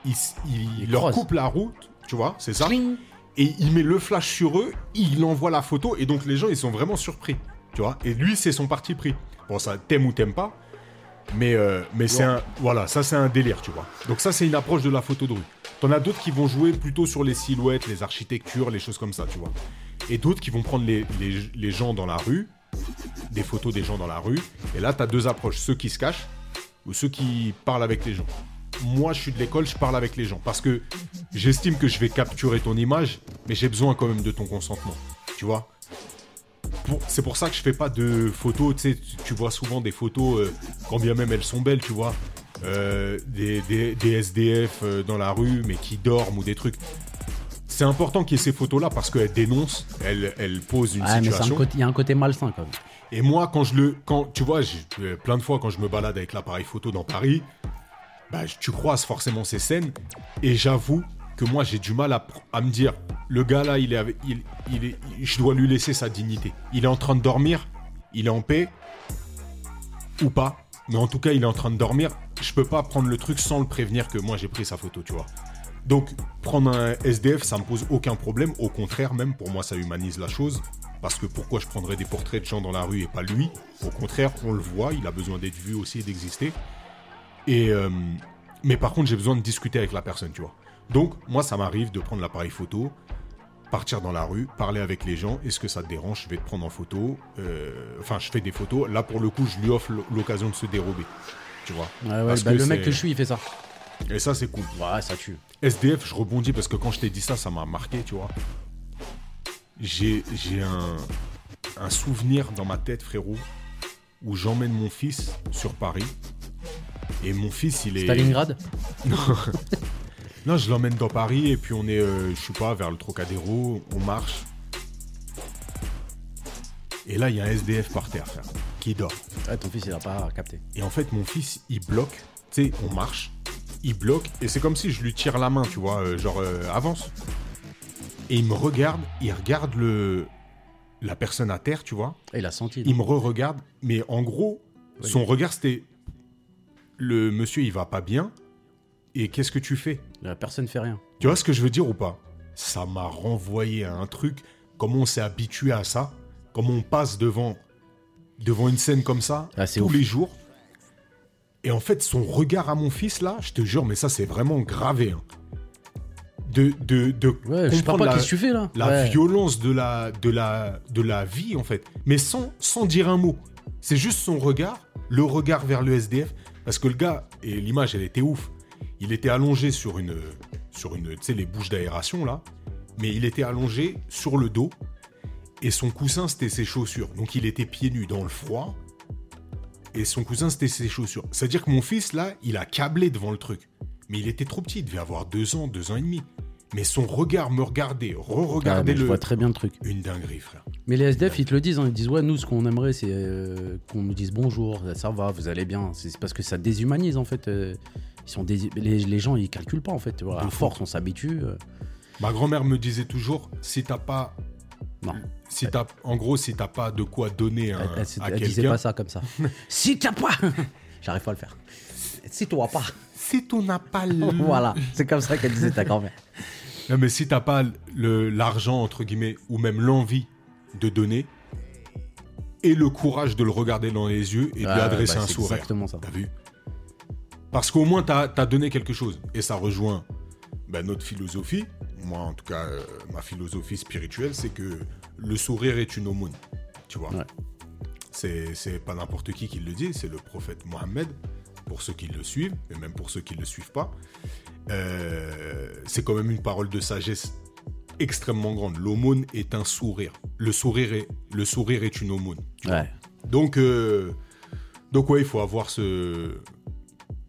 Speaker 3: Il, s- il
Speaker 2: Il
Speaker 3: leur
Speaker 2: croise.
Speaker 3: coupe la route, tu vois, c'est ça et il met le flash sur eux, il envoie la photo, et donc les gens ils sont vraiment surpris, tu vois. Et lui c'est son parti pris. Bon ça t'aimes ou t'aimes pas, mais euh, mais c'est un voilà ça c'est un délire, tu vois. Donc ça c'est une approche de la photo de rue. T'en as d'autres qui vont jouer plutôt sur les silhouettes, les architectures, les choses comme ça, tu vois. Et d'autres qui vont prendre les, les- les gens dans la rue, des photos des gens dans la rue. Et là t'as deux approches, ceux qui se cachent ou ceux qui parlent avec les gens. Moi, je suis de l'école, je parle avec les gens. Parce que j'estime que je vais capturer ton image, mais j'ai besoin quand même de ton consentement. Tu vois Pour- C'est pour ça que je fais pas de photos. Tu sais, tu- tu vois souvent des photos, euh, quand bien même elles sont belles, tu vois. euh, des, des- des SDF euh, dans la rue, mais qui dorment ou des trucs. C'est important qu'il y ait ces photos-là parce qu'elles dénoncent, elles, elles posent une
Speaker 2: Ouais, mais c'est un
Speaker 3: situation.
Speaker 2: côté- il y a un côté malsain quand même.
Speaker 3: Et moi, quand je le. Quand, tu vois, j'ai- euh, plein de fois, quand je me balade avec l'appareil photo dans Paris, bah, je- tu croises forcément ces scènes. Et j'avoue que moi, j'ai du mal à, pr- à me dire le gars là, il est, avec- il, il est, il- je dois lui laisser sa dignité. Il est en train de dormir, il est en paix, ou pas. Mais en tout cas, il est en train de dormir. Je peux pas prendre le truc sans le prévenir que moi, j'ai pris sa photo, tu vois. Donc, prendre un SDF, ça me pose aucun problème. Au contraire, même pour moi, ça humanise la chose. Parce que pourquoi je prendrais des portraits de gens dans la rue et pas lui Au contraire, on le voit, il a besoin d'être vu aussi et d'exister. Et euh, mais par contre, j'ai besoin de discuter avec la personne, tu vois. Donc, moi, ça m'arrive de prendre l'appareil photo, partir dans la rue, parler avec les gens. Est-ce que ça te dérange Je vais te prendre en photo. Euh, Enfin, je fais des photos. Là, pour le coup, je lui offre l'occasion de se dérober, tu vois.
Speaker 2: Ouais, ouais,
Speaker 3: Parce
Speaker 2: bah,
Speaker 3: que
Speaker 2: le mec
Speaker 3: c'est-
Speaker 2: que je suis, il fait ça. Bah,
Speaker 3: Et ça, c'est cool.
Speaker 2: Ouais, ça tue.
Speaker 3: SDF, je rebondis parce que quand je t'ai dit ça, ça m'a marqué, tu vois. J'ai j'ai un, un souvenir dans ma tête, frérot, où j'emmène mon fils sur Paris. Et mon fils, il est.
Speaker 2: Stalingrad
Speaker 3: Non, je l'emmène dans Paris et puis on est, euh, je sais pas, vers le Trocadéro, on marche. Et là, il y a un SDF par terre, frère, qui dort.
Speaker 2: Ouais, ton fils, il a pas capté.
Speaker 3: Et en fait, mon fils, il bloque. Tu sais, on marche. Il bloque. Et c'est comme si je lui tire la main, tu vois. euh, genre, euh, avance. Et il me regarde. Il regarde le... la personne à terre, tu vois.
Speaker 2: Et Ah, il a senti.
Speaker 3: Il me re-regarde. Mais en gros,
Speaker 2: Oui.
Speaker 3: son regard, c'était... Le monsieur, il va pas bien. Et qu'est-ce que tu fais
Speaker 2: La personne fait rien.
Speaker 3: tu vois ce que je veux dire ou pas Ça m'a renvoyé à un truc, comment on s'est habitué à ça, comment on passe devant, devant une scène comme ça
Speaker 2: Ah, c'est
Speaker 3: tous
Speaker 2: ouf.
Speaker 3: les jours. Et en fait, son regard à mon fils, là, je te jure, mais ça, c'est vraiment gravé. hein. De, de, de
Speaker 2: Ouais, je sais pas
Speaker 3: comprendre
Speaker 2: pas
Speaker 3: la-
Speaker 2: qu'est-ce que tu fais là.
Speaker 3: la
Speaker 2: Ouais.
Speaker 3: violence de la, de, la, de la vie, en fait. Mais sans, sans dire un mot. C'est juste son regard, le regard vers le SDF. Parce que le gars, et l'image, elle était ouf. Il était allongé sur une. Sur une. Tu sais, les bouches d'aération, là. Mais il était allongé sur le dos. Et son coussin, c'était ses chaussures. Donc il était pieds nus dans le froid. Et son cousin, c'était ses chaussures. C'est-à-dire que mon fils, là, il a câblé devant le truc. Mais il était trop petit, il devait avoir deux ans, deux ans et demi. Mais son regard me regardait,
Speaker 2: Ah, mais
Speaker 3: re-regardait
Speaker 2: Je
Speaker 3: le.
Speaker 2: vois très bien le truc.
Speaker 3: Une dinguerie, frère.
Speaker 2: Mais les SDF, ils te le disent, hein, ils disent ouais, nous, ce qu'on aimerait, c'est euh, qu'on nous dise bonjour, ça va, vous allez bien. C'est c'est parce que ça déshumanise en fait. euh, ils sont dési- les, les gens, ils calculent pas en fait. tu vois.
Speaker 3: De fou.
Speaker 2: À force, on s'habitue. euh.
Speaker 3: Ma grand-mère me disait toujours si t'as pas.
Speaker 2: Non.
Speaker 3: Si t'as, en gros, si t'as pas de quoi donner à,
Speaker 2: elle, elle s'est-
Speaker 3: Ah, à
Speaker 2: elle disait
Speaker 3: quelqu'un,
Speaker 2: pas ça comme ça. si t'as pas, j'arrive pas à le faire. Si toi pas,
Speaker 3: si t'en as pas le,
Speaker 2: voilà, c'est comme ça qu'elle disait ta grand-mère.
Speaker 3: non, mais si t'as pas le, l'argent entre guillemets ou même l'envie de donner et le courage de le regarder dans les yeux et de lui
Speaker 2: Ah,
Speaker 3: adresser
Speaker 2: bah,
Speaker 3: un
Speaker 2: c'est
Speaker 3: sourire,
Speaker 2: Exactement ça.
Speaker 3: T'as vu Parce qu'au moins, t'as as donné quelque chose. Et ça rejoint bah, notre philosophie. Moi, en tout cas, euh, ma philosophie spirituelle, c'est que le sourire est une aumône. Tu vois
Speaker 2: Ouais.
Speaker 3: C'est C'est pas n'importe qui qui le dit, c'est le prophète Mohammed, pour ceux qui le suivent, et même pour ceux qui ne le suivent pas. Euh, c'est quand même une parole de sagesse extrêmement grande. L'aumône est un sourire. Le sourire est, le sourire est une aumône. tu vois.
Speaker 2: Ouais.
Speaker 3: Donc, euh, donc ouais, il faut avoir ce,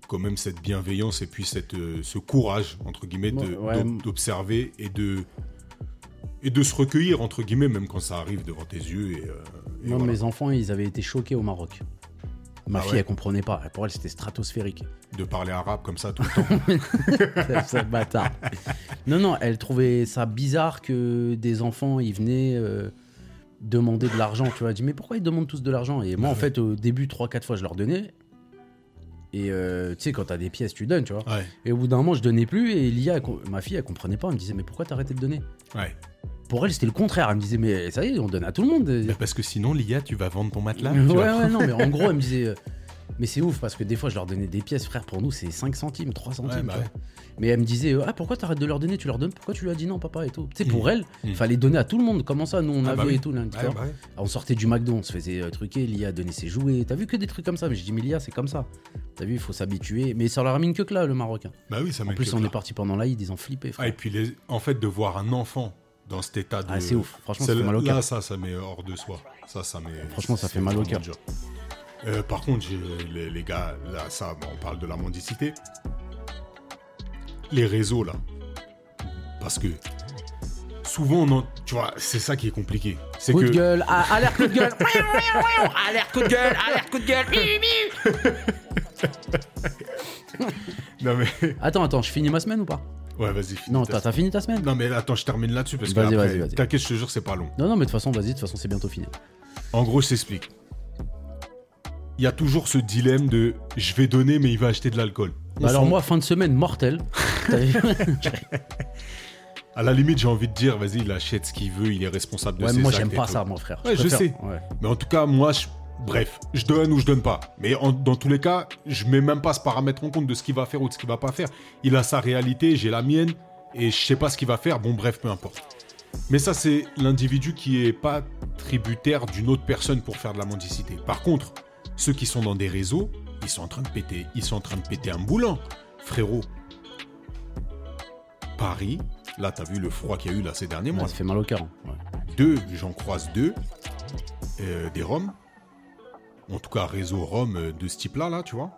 Speaker 3: quand même cette bienveillance et puis cette, euh, ce courage, entre guillemets, de-
Speaker 2: Ouais, ouais.
Speaker 3: d'ob- d'observer et de, et de se recueillir, entre guillemets, même quand ça arrive devant tes yeux. Et, euh, et
Speaker 2: Moi,
Speaker 3: voilà.
Speaker 2: mes enfants, ils avaient été choqués au Maroc. Ma
Speaker 3: Ah
Speaker 2: fille,
Speaker 3: ouais.
Speaker 2: elle comprenait pas. Pour elle, c'était stratosphérique.
Speaker 3: De parler arabe comme ça tout le temps.
Speaker 2: ce bâtard. Non, non, elle trouvait ça bizarre que des enfants, ils venaient euh, demander de l'argent. Tu vois, elle dit, mais pourquoi ils demandent tous de l'argent Et moi,
Speaker 3: Bah
Speaker 2: en
Speaker 3: ouais.
Speaker 2: fait, au début, 3-4 fois, je leur donnais. Et euh, tu sais, quand t'as des pièces, tu donnes, tu vois.
Speaker 3: Ouais.
Speaker 2: Et au bout d'un moment, je donnais plus. Et Lia, elle com- ma fille, elle comprenait pas. Elle me disait, mais pourquoi t'as arrêté de donner
Speaker 3: Ouais.
Speaker 2: Pour elle, c'était le contraire. Elle me disait, mais ça y est, on donne à tout le monde.
Speaker 3: Mais parce que sinon, l'IA, tu vas vendre ton matelas. tu
Speaker 2: ouais,
Speaker 3: vas-
Speaker 2: ouais, non, mais en gros, elle me disait. euh, Mais c'est ouf parce que des fois, je leur donnais des pièces, frère, pour nous, c'est 5 centimes, 3 centimes.
Speaker 3: Ouais, bah
Speaker 2: tu vois. Mais elle me disait, euh, ah, pourquoi t'arrêtes de leur donner Tu leur donnes Pourquoi tu lui as dit non, papa et tout Tu sais,
Speaker 3: Mm.
Speaker 2: pour elle,
Speaker 3: Mm.
Speaker 2: fallait donner à tout le monde. Comment ça Nous, on
Speaker 3: Ah,
Speaker 2: avait
Speaker 3: bah oui.
Speaker 2: et tout. Là, tu
Speaker 3: Ouais,
Speaker 2: vois.
Speaker 3: bah ouais.
Speaker 2: On sortait du McDo, on se faisait euh, truquer. Lia donnait ses jouets. T'as vu que des trucs comme ça Mais je dis, mais Lia, c'est comme ça. T'as vu, il faut s'habituer. Mais ça leur a mis une queue que là, le Marocain.
Speaker 3: Bah oui, ça
Speaker 2: En
Speaker 3: m'a
Speaker 2: plus,
Speaker 3: fait
Speaker 2: on
Speaker 3: peur.
Speaker 2: est parti pendant l'Aïd, ils ont flippé, frère.
Speaker 3: Ah, et puis, les- en fait, de voir un enfant dans cet état de.
Speaker 2: Ah, c'est ouf. Franchement, ça
Speaker 3: euh, C'est-
Speaker 2: fait mal au cœur.
Speaker 3: Là, ça, ça met hors de soi. Ça, ça met.
Speaker 2: Franchement, ça fait mal au cœur.
Speaker 3: Euh, par contre, j'ai- les, les gars, là, ça, bon, on parle de la mendicité. Les réseaux, là. Parce que. Souvent, on en- tu vois, c'est ça qui est compliqué. C'est
Speaker 2: Coup
Speaker 3: que.
Speaker 2: de gueule, ah, alerte coup de gueule, alerte coup de gueule, alerte coup de gueule.
Speaker 3: Non, mais.
Speaker 2: Attends, attends, je finis ma semaine ou pas
Speaker 3: Ouais, vas-y, finis
Speaker 2: Non,
Speaker 3: ta-
Speaker 2: t'as t'as fini ta semaine
Speaker 3: Non, mais attends, je termine là-dessus parce que.
Speaker 2: Vas-y,
Speaker 3: après,
Speaker 2: vas-y, vas-y.
Speaker 3: T'inquiète, je te jure, c'est pas long.
Speaker 2: Non, non, mais de toute façon, vas-y, de toute façon, c'est bientôt fini.
Speaker 3: En gros, je t'explique. Il y a toujours ce dilemme de je vais donner, mais il va acheter de l'alcool. On
Speaker 2: Bah alors,
Speaker 3: s'en-
Speaker 2: moi, fin de semaine mortelle. T'as vu
Speaker 3: à la limite, j'ai envie de dire, vas-y, il achète ce qu'il veut, il est responsable de
Speaker 2: ouais,
Speaker 3: ses
Speaker 2: moi,
Speaker 3: actes
Speaker 2: j'aime
Speaker 3: et
Speaker 2: pas
Speaker 3: tout.
Speaker 2: ça, mon frère.
Speaker 3: Ouais, je
Speaker 2: préfère-
Speaker 3: sais.
Speaker 2: Ouais.
Speaker 3: Mais en tout cas, moi, je- bref, je donne ou je donne pas. Mais en- dans tous les cas, je mets même pas ce paramètre en compte de ce qu'il va faire ou de ce qu'il va pas faire. Il a sa réalité, j'ai la mienne, et je sais pas ce qu'il va faire. Bon, bref, peu importe. Mais ça, c'est l'individu qui est pas tributaire d'une autre personne pour faire de la mendicité. Par contre, ceux qui sont dans des réseaux, ils sont en train de péter, ils sont en train de péter un boulon, frérot. Paris, là, t'as vu le froid qu'il y a eu là ces derniers
Speaker 2: Ouais,
Speaker 3: mois
Speaker 2: ça fait mal au cœur. hein. Ouais.
Speaker 3: deux, j'en croise deux, euh, des Roms, en tout cas réseau Roms euh, de ce type-là, là, tu vois.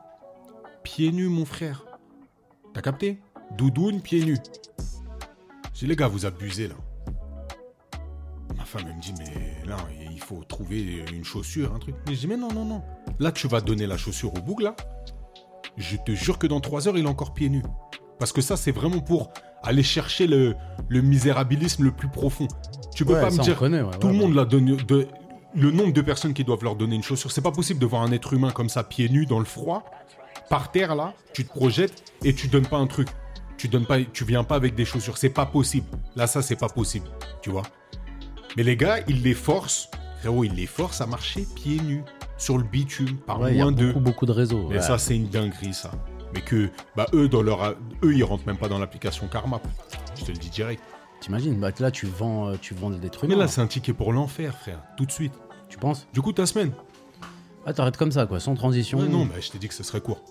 Speaker 3: Pieds nus, mon frère. T'as capté Doudoune, pieds nus. J'ai dit, les gars, vous abusez, là. Ma femme, elle me dit, mais là, il faut trouver une chaussure, un truc. Mais je dis, mais non, non, non. Là, tu vas donner la chaussure au bouc, là. Je te jure que dans trois heures, il est encore pieds nus. Parce que ça, c'est vraiment pour aller chercher le, le misérabilisme le plus profond. Tu peux
Speaker 2: Ouais,
Speaker 3: pas
Speaker 2: ça,
Speaker 3: me
Speaker 2: on
Speaker 3: dire.
Speaker 2: connaît, ouais,
Speaker 3: tout
Speaker 2: ouais,
Speaker 3: le
Speaker 2: ouais.
Speaker 3: monde l'a donné. de- le nombre de personnes qui doivent leur donner une chaussure, c'est pas possible de voir un être humain comme ça, pieds nus, dans le froid, par terre là, tu te projettes et tu donnes pas un truc. Tu donnes pas, tu viens pas avec des chaussures, c'est pas possible. Là, ça, c'est pas possible, tu vois. Mais les gars, ils les forcent, frérot, ils les forcent à marcher pieds nus sur le bitume par
Speaker 2: Ouais, il y a
Speaker 3: moins d'eux.
Speaker 2: beaucoup, beaucoup de réseaux.
Speaker 3: Et
Speaker 2: ouais.
Speaker 3: ça, c'est une dinguerie, ça. Mais que, bah, eux, dans leur, a- eux, ils rentrent même pas dans l'application Karma. Je te le dis direct.
Speaker 2: T'imagines, bah, là, tu vends, euh, tu vends des trucs.
Speaker 3: Mais là, c'est un ticket pour l'enfer, frère, tout de suite.
Speaker 2: Tu penses
Speaker 3: Du coup, ta semaine
Speaker 2: Ah, t'arrêtes comme ça, quoi, sans transition.
Speaker 3: Ouais, Non, mais je t'ai dit que ce serait court.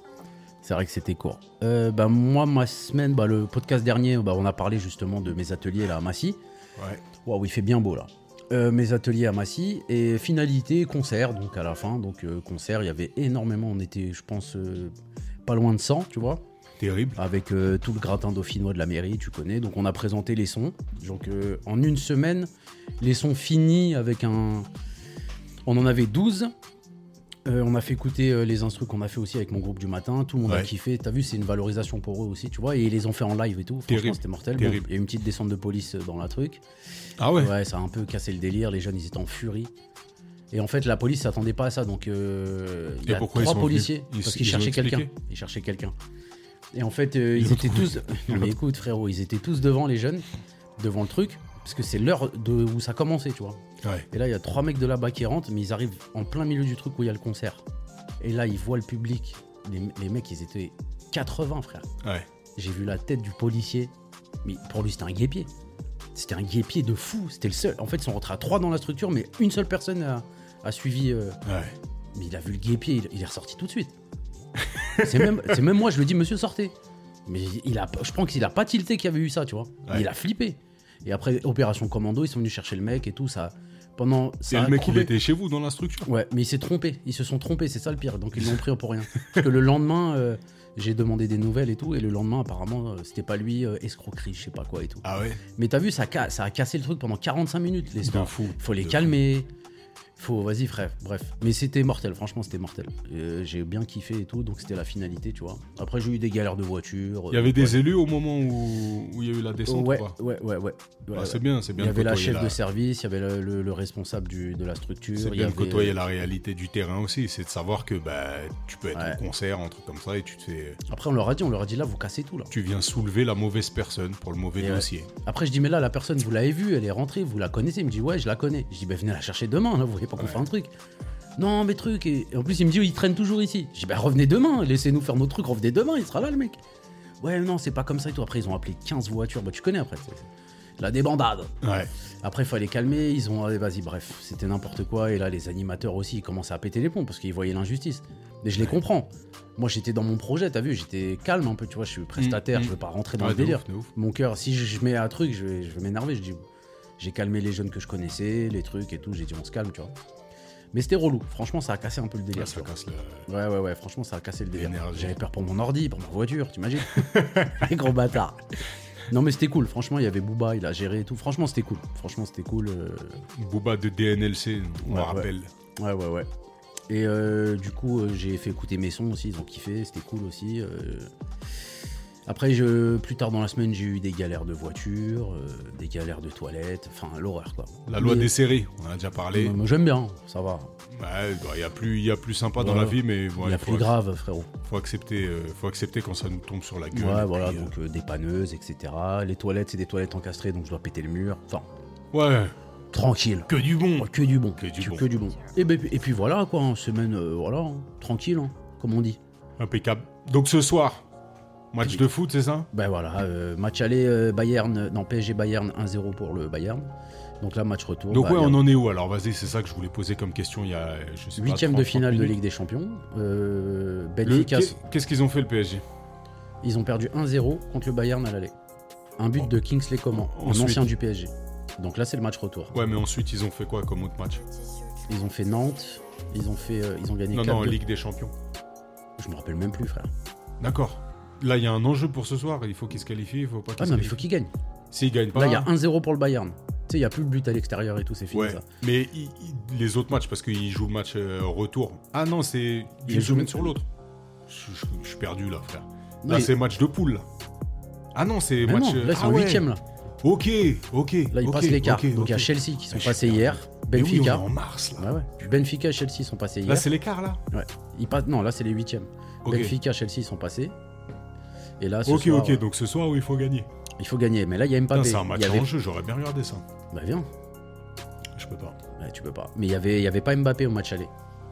Speaker 2: C'est vrai que c'était court. Euh, bah, moi, ma semaine, bah, le podcast dernier, bah, on a parlé justement de mes ateliers là à Massy.
Speaker 3: Ouais.
Speaker 2: Waouh, il fait bien beau là. Euh, mes ateliers à Massy et finalité concert donc à la fin donc euh, concert il y avait énormément on était je pense euh, pas loin de 100 tu vois
Speaker 3: Terrible.
Speaker 2: avec euh, tout le gratin dauphinois de la mairie tu connais donc on a présenté les sons donc euh, en une semaine les sons finis avec un on en avait 12 Euh, on a fait écouter euh, les instrus qu'on a fait aussi avec mon groupe du matin tout le monde a
Speaker 3: Ouais.
Speaker 2: kiffé t'as vu c'est une valorisation pour eux aussi tu vois et ils les ont fait en live et tout franchement
Speaker 3: Terrible.
Speaker 2: c'était mortel Bon, il
Speaker 3: Terrible.
Speaker 2: y a eu une petite descente de police euh, dans la truc
Speaker 3: Ah ouais,
Speaker 2: Ouais. ça a un peu cassé le délire. Les jeunes, ils étaient en furie. Et en fait, la police s'attendait pas à ça. Donc, euh, il y
Speaker 3: Et
Speaker 2: a
Speaker 3: pourquoi ils
Speaker 2: trois
Speaker 3: sont
Speaker 2: policiers
Speaker 3: venus Ils-
Speaker 2: parce qu'ils
Speaker 3: ils ont
Speaker 2: cherchaient quelqu'un.
Speaker 3: expliqué
Speaker 2: Ils cherchaient quelqu'un. Et en fait, euh, ils,
Speaker 3: l'ont
Speaker 2: étaient
Speaker 3: trouvé.
Speaker 2: tous. Non, mais écoute, frérot, ils étaient tous devant les jeunes, devant le truc, parce que c'est l'heure de où ça commençait, tu vois.
Speaker 3: Ouais.
Speaker 2: Et là, il y a trois mecs de là-bas qui rentrent, mais ils arrivent en plein milieu du truc où il y a le concert. Et là, ils voient le public. Les, les mecs, ils étaient 80, frère.
Speaker 3: Ouais.
Speaker 2: J'ai vu la tête du policier. Mais pour lui, c'était un guépier. C'était un guépier de fou. C'était le seul. En fait, ils sont rentrés à trois dans la structure, mais une seule personne a, a suivi. euh,
Speaker 3: Ouais.
Speaker 2: Mais il a vu le guépier, il, il est ressorti tout de suite. c'est même, c'est même moi, je lui dis, monsieur, sortez. Mais il a, je pense qu'il a pas tilté qu'il y avait eu ça, tu vois.
Speaker 3: Ouais.
Speaker 2: Il a flippé. Et après, opération commando, ils sont venus chercher le mec et tout. Ça, pendant. Ça
Speaker 3: Et
Speaker 2: a
Speaker 3: le mec, il
Speaker 2: courbé.
Speaker 3: était chez vous dans la structure
Speaker 2: Ouais, mais il s'est trompé. Ils se sont trompés, c'est ça le pire. Donc ils l'ont pris pour rien. Parce que le lendemain, euh, J'ai demandé des nouvelles et tout, et le lendemain, apparemment, euh, c'était pas lui, euh, escroquerie, je sais pas quoi et tout.
Speaker 3: Ah ouais
Speaker 2: Mais t'as vu, ça, ca- ça a cassé le truc pendant 45 minutes, les
Speaker 3: De
Speaker 2: stars.
Speaker 3: fou.
Speaker 2: Faut les
Speaker 3: de
Speaker 2: calmer. Faut, vas-y, frère, bref. Mais c'était mortel, franchement, c'était mortel. Euh, j'ai bien kiffé et tout, donc c'était la finalité, tu vois. Après, j'ai eu des galères de voiture. euh,
Speaker 3: fou. Il y avait des élus au moment où où il y a eu la descente
Speaker 2: Ouais,
Speaker 3: ou pas
Speaker 2: ouais, ouais, ouais. ouais,
Speaker 3: Ah,
Speaker 2: ouais.
Speaker 3: C'est bien, c'est bien.
Speaker 2: Il y
Speaker 3: de
Speaker 2: avait la
Speaker 3: côtoyer
Speaker 2: chef de service, il y avait le, le- le responsable du- de la structure.
Speaker 3: C'est
Speaker 2: il y
Speaker 3: bien de
Speaker 2: avait-
Speaker 3: côtoyer la réalité du terrain aussi, c'est de savoir que bah, tu peux être
Speaker 2: Ouais.
Speaker 3: en concert, un truc comme ça, et tu, te fais-
Speaker 2: Après, on leur a dit, on leur a dit là, vous cassez tout là.
Speaker 3: tu viens soulever la mauvaise personne pour le mauvais
Speaker 2: Et ouais.
Speaker 3: dossier.
Speaker 2: Après, je dis, mais là, la personne, vous l'avez vue, elle est rentrée, vous la connaissez. Il me dit, ouais, je la connais. Je dis, ben venez la chercher demain, là, vous voyez pas qu'on
Speaker 3: Ouais.
Speaker 2: fait un truc. Non, mais truc. Et et en plus, il me dit, il traîne toujours ici. Je dis, ben revenez demain, laissez-nous faire nos trucs, revenez demain, il sera là, le mec. Ouais, non, c'est pas comme ça et tout. Après, ils ont appelé 15 voitures, bah tu connais après. c'est- c'est La débandade.
Speaker 3: Ouais.
Speaker 2: Après, il fallait calmer, ils ont. Allez, vas-y, bref, c'était n'importe quoi. Et là, les animateurs aussi, ils commençaient à péter les ponts parce qu'ils voyaient l'injustice. Mais je les comprends. Moi, j'étais dans mon projet, t'as vu, j'étais calme un peu, tu vois, je suis prestataire,
Speaker 3: Mm, mm.
Speaker 2: je veux pas rentrer dans
Speaker 3: Ouais,
Speaker 2: le
Speaker 3: de
Speaker 2: délire.
Speaker 3: ouf, de ouf.
Speaker 2: Mon cœur, si je, je mets un truc, je vais, je vais m'énerver. Je dis, j'ai calmé les jeunes que je connaissais, les trucs et tout, j'ai dit, on se calme, tu vois. Mais c'était relou, franchement, ça a cassé un peu le
Speaker 3: Ouais,
Speaker 2: délire.
Speaker 3: ça
Speaker 2: tu vois.
Speaker 3: casse le-
Speaker 2: Ouais, ouais, ouais, franchement, ça a cassé le délire.
Speaker 3: L'énergie.
Speaker 2: J'avais peur pour mon ordi, pour ma voiture, t'imagines Les gros bâtards. Non, mais c'était cool, franchement, il y avait Booba, il a géré et tout. Franchement, c'était cool. Franchement, c'était cool. euh,
Speaker 3: Booba de DNLC, on
Speaker 2: Ouais, ouais.
Speaker 3: rappelle.
Speaker 2: Ouais, ouais, ouais. Et euh, du coup, euh, j'ai fait écouter mes sons aussi, ils ont kiffé, c'était cool aussi. euh. Après, je, plus tard dans la semaine, j'ai eu des galères de voiture, euh, des galères de toilette, enfin l'horreur quoi.
Speaker 3: La loi
Speaker 2: Mais-
Speaker 3: des séries, on en a déjà parlé.
Speaker 2: mais- mais J'aime bien, ça va.
Speaker 3: Bah, Il y, a plus- y a plus sympa dans
Speaker 2: Voilà.
Speaker 3: la vie, mais
Speaker 2: Il y
Speaker 3: voilà,
Speaker 2: a
Speaker 3: faut,
Speaker 2: plus grave, frérot.
Speaker 3: faut accepter, euh, faut accepter quand ça nous tombe sur la gueule.
Speaker 2: Ouais,
Speaker 3: et
Speaker 2: voilà,
Speaker 3: puis, euh,
Speaker 2: donc euh, des panneuses, etc. Les toilettes, c'est des toilettes encastrées, donc je dois péter le mur. Enfin,
Speaker 3: euh, ouais,
Speaker 2: tranquille.
Speaker 3: que du bon.
Speaker 2: Oh, que du bon.
Speaker 3: Que du
Speaker 2: Tu-
Speaker 3: bon.
Speaker 2: Et, ben- et puis voilà, quoi, en semaine, euh, voilà, hein, tranquille, hein, comme on dit.
Speaker 3: Impeccable. Donc ce soir, match
Speaker 2: Oui.
Speaker 3: de foot, c'est ça
Speaker 2: Ben voilà, euh, match aller euh, Bayern, euh, non PSG Bayern 1-0 pour le Bayern. Donc là match retour.
Speaker 3: Donc ouais,
Speaker 2: Bayern.
Speaker 3: on en est où alors Vas-y, c'est ça que je voulais poser comme question il y a, euh, je sais pas,
Speaker 2: Huitième
Speaker 3: 30,
Speaker 2: de finale de
Speaker 3: 30
Speaker 2: Ligue des Champions.
Speaker 3: Le-
Speaker 2: Euh, Benfica,
Speaker 3: qu'est- Qu'est-ce qu'ils ont fait le PSG
Speaker 2: ils ont perdu 1-0 contre le Bayern à l'aller. Un but
Speaker 3: Bon.
Speaker 2: de Kingsley Coman, un
Speaker 3: Ensuite.
Speaker 2: ancien du PSG. Donc là c'est le match retour.
Speaker 3: Ouais, mais ensuite ils ont fait quoi comme autre match
Speaker 2: Ils ont fait Nantes, ils ont fait, euh, ils ont gagné
Speaker 3: Non,
Speaker 2: 4
Speaker 3: non, Ligue des Champions.
Speaker 2: Je me rappelle même plus frère.
Speaker 3: D'accord. Là, il y a un enjeu pour ce soir. Il faut qu'ils se qualifient, il faut pas qu'ils
Speaker 2: Ah
Speaker 3: se
Speaker 2: non mais il faut
Speaker 3: qualifient.
Speaker 2: qu'ils gagnent.
Speaker 3: S'ils gagnent pas,
Speaker 2: Là il y a 1-0 pour le Bayern. Tu sais il y a plus de but à l'extérieur et tout c'est fini
Speaker 3: ouais.
Speaker 2: ça.
Speaker 3: Mais i- i- les autres matchs, parce qu'ils jouent le match euh, retour. Ah non, c'est
Speaker 2: Ils
Speaker 3: une
Speaker 2: jouent-
Speaker 3: semaine sur l'autre. Je je- je suis perdu là, frère.
Speaker 2: Non,
Speaker 3: Là,
Speaker 2: mais-
Speaker 3: c'est match de poule. là. Ah non, c'est
Speaker 2: mais
Speaker 3: match.
Speaker 2: non, là ils sont
Speaker 3: ah
Speaker 2: en
Speaker 3: ouais.
Speaker 2: huitième là.
Speaker 3: Ok, ok.
Speaker 2: Là, ils
Speaker 3: ok,
Speaker 2: passent les quarts.
Speaker 3: ok,
Speaker 2: Donc, il y a
Speaker 3: ok.
Speaker 2: Chelsea qui sont
Speaker 3: Mais je
Speaker 2: passés
Speaker 3: suis
Speaker 2: hier.
Speaker 3: Mais oui, on est
Speaker 2: Benfica.
Speaker 3: en mars là.
Speaker 2: Ah Ouais, ouais. Benfica, Chelsea sont passés hier.
Speaker 3: Là, c'est les quarts là.
Speaker 2: Ouais. Ils passent... Non, là, c'est les huitièmes.
Speaker 3: Ok.
Speaker 2: Benfica, Chelsea sont passés. Et là, ce
Speaker 3: Ok,
Speaker 2: soir,
Speaker 3: ok,
Speaker 2: euh,
Speaker 3: donc ce soir où il faut gagner.
Speaker 2: il faut gagner. Mais là, il y a
Speaker 3: Putain,
Speaker 2: Mbappé.
Speaker 3: c'est un
Speaker 2: il
Speaker 3: match
Speaker 2: y avait...
Speaker 3: en jeu, j'aurais bien regardé ça.
Speaker 2: Bah, viens.
Speaker 3: Je peux pas.
Speaker 2: Ouais, tu peux pas. Mais il y avait, il y avait pas Mbappé au match aller.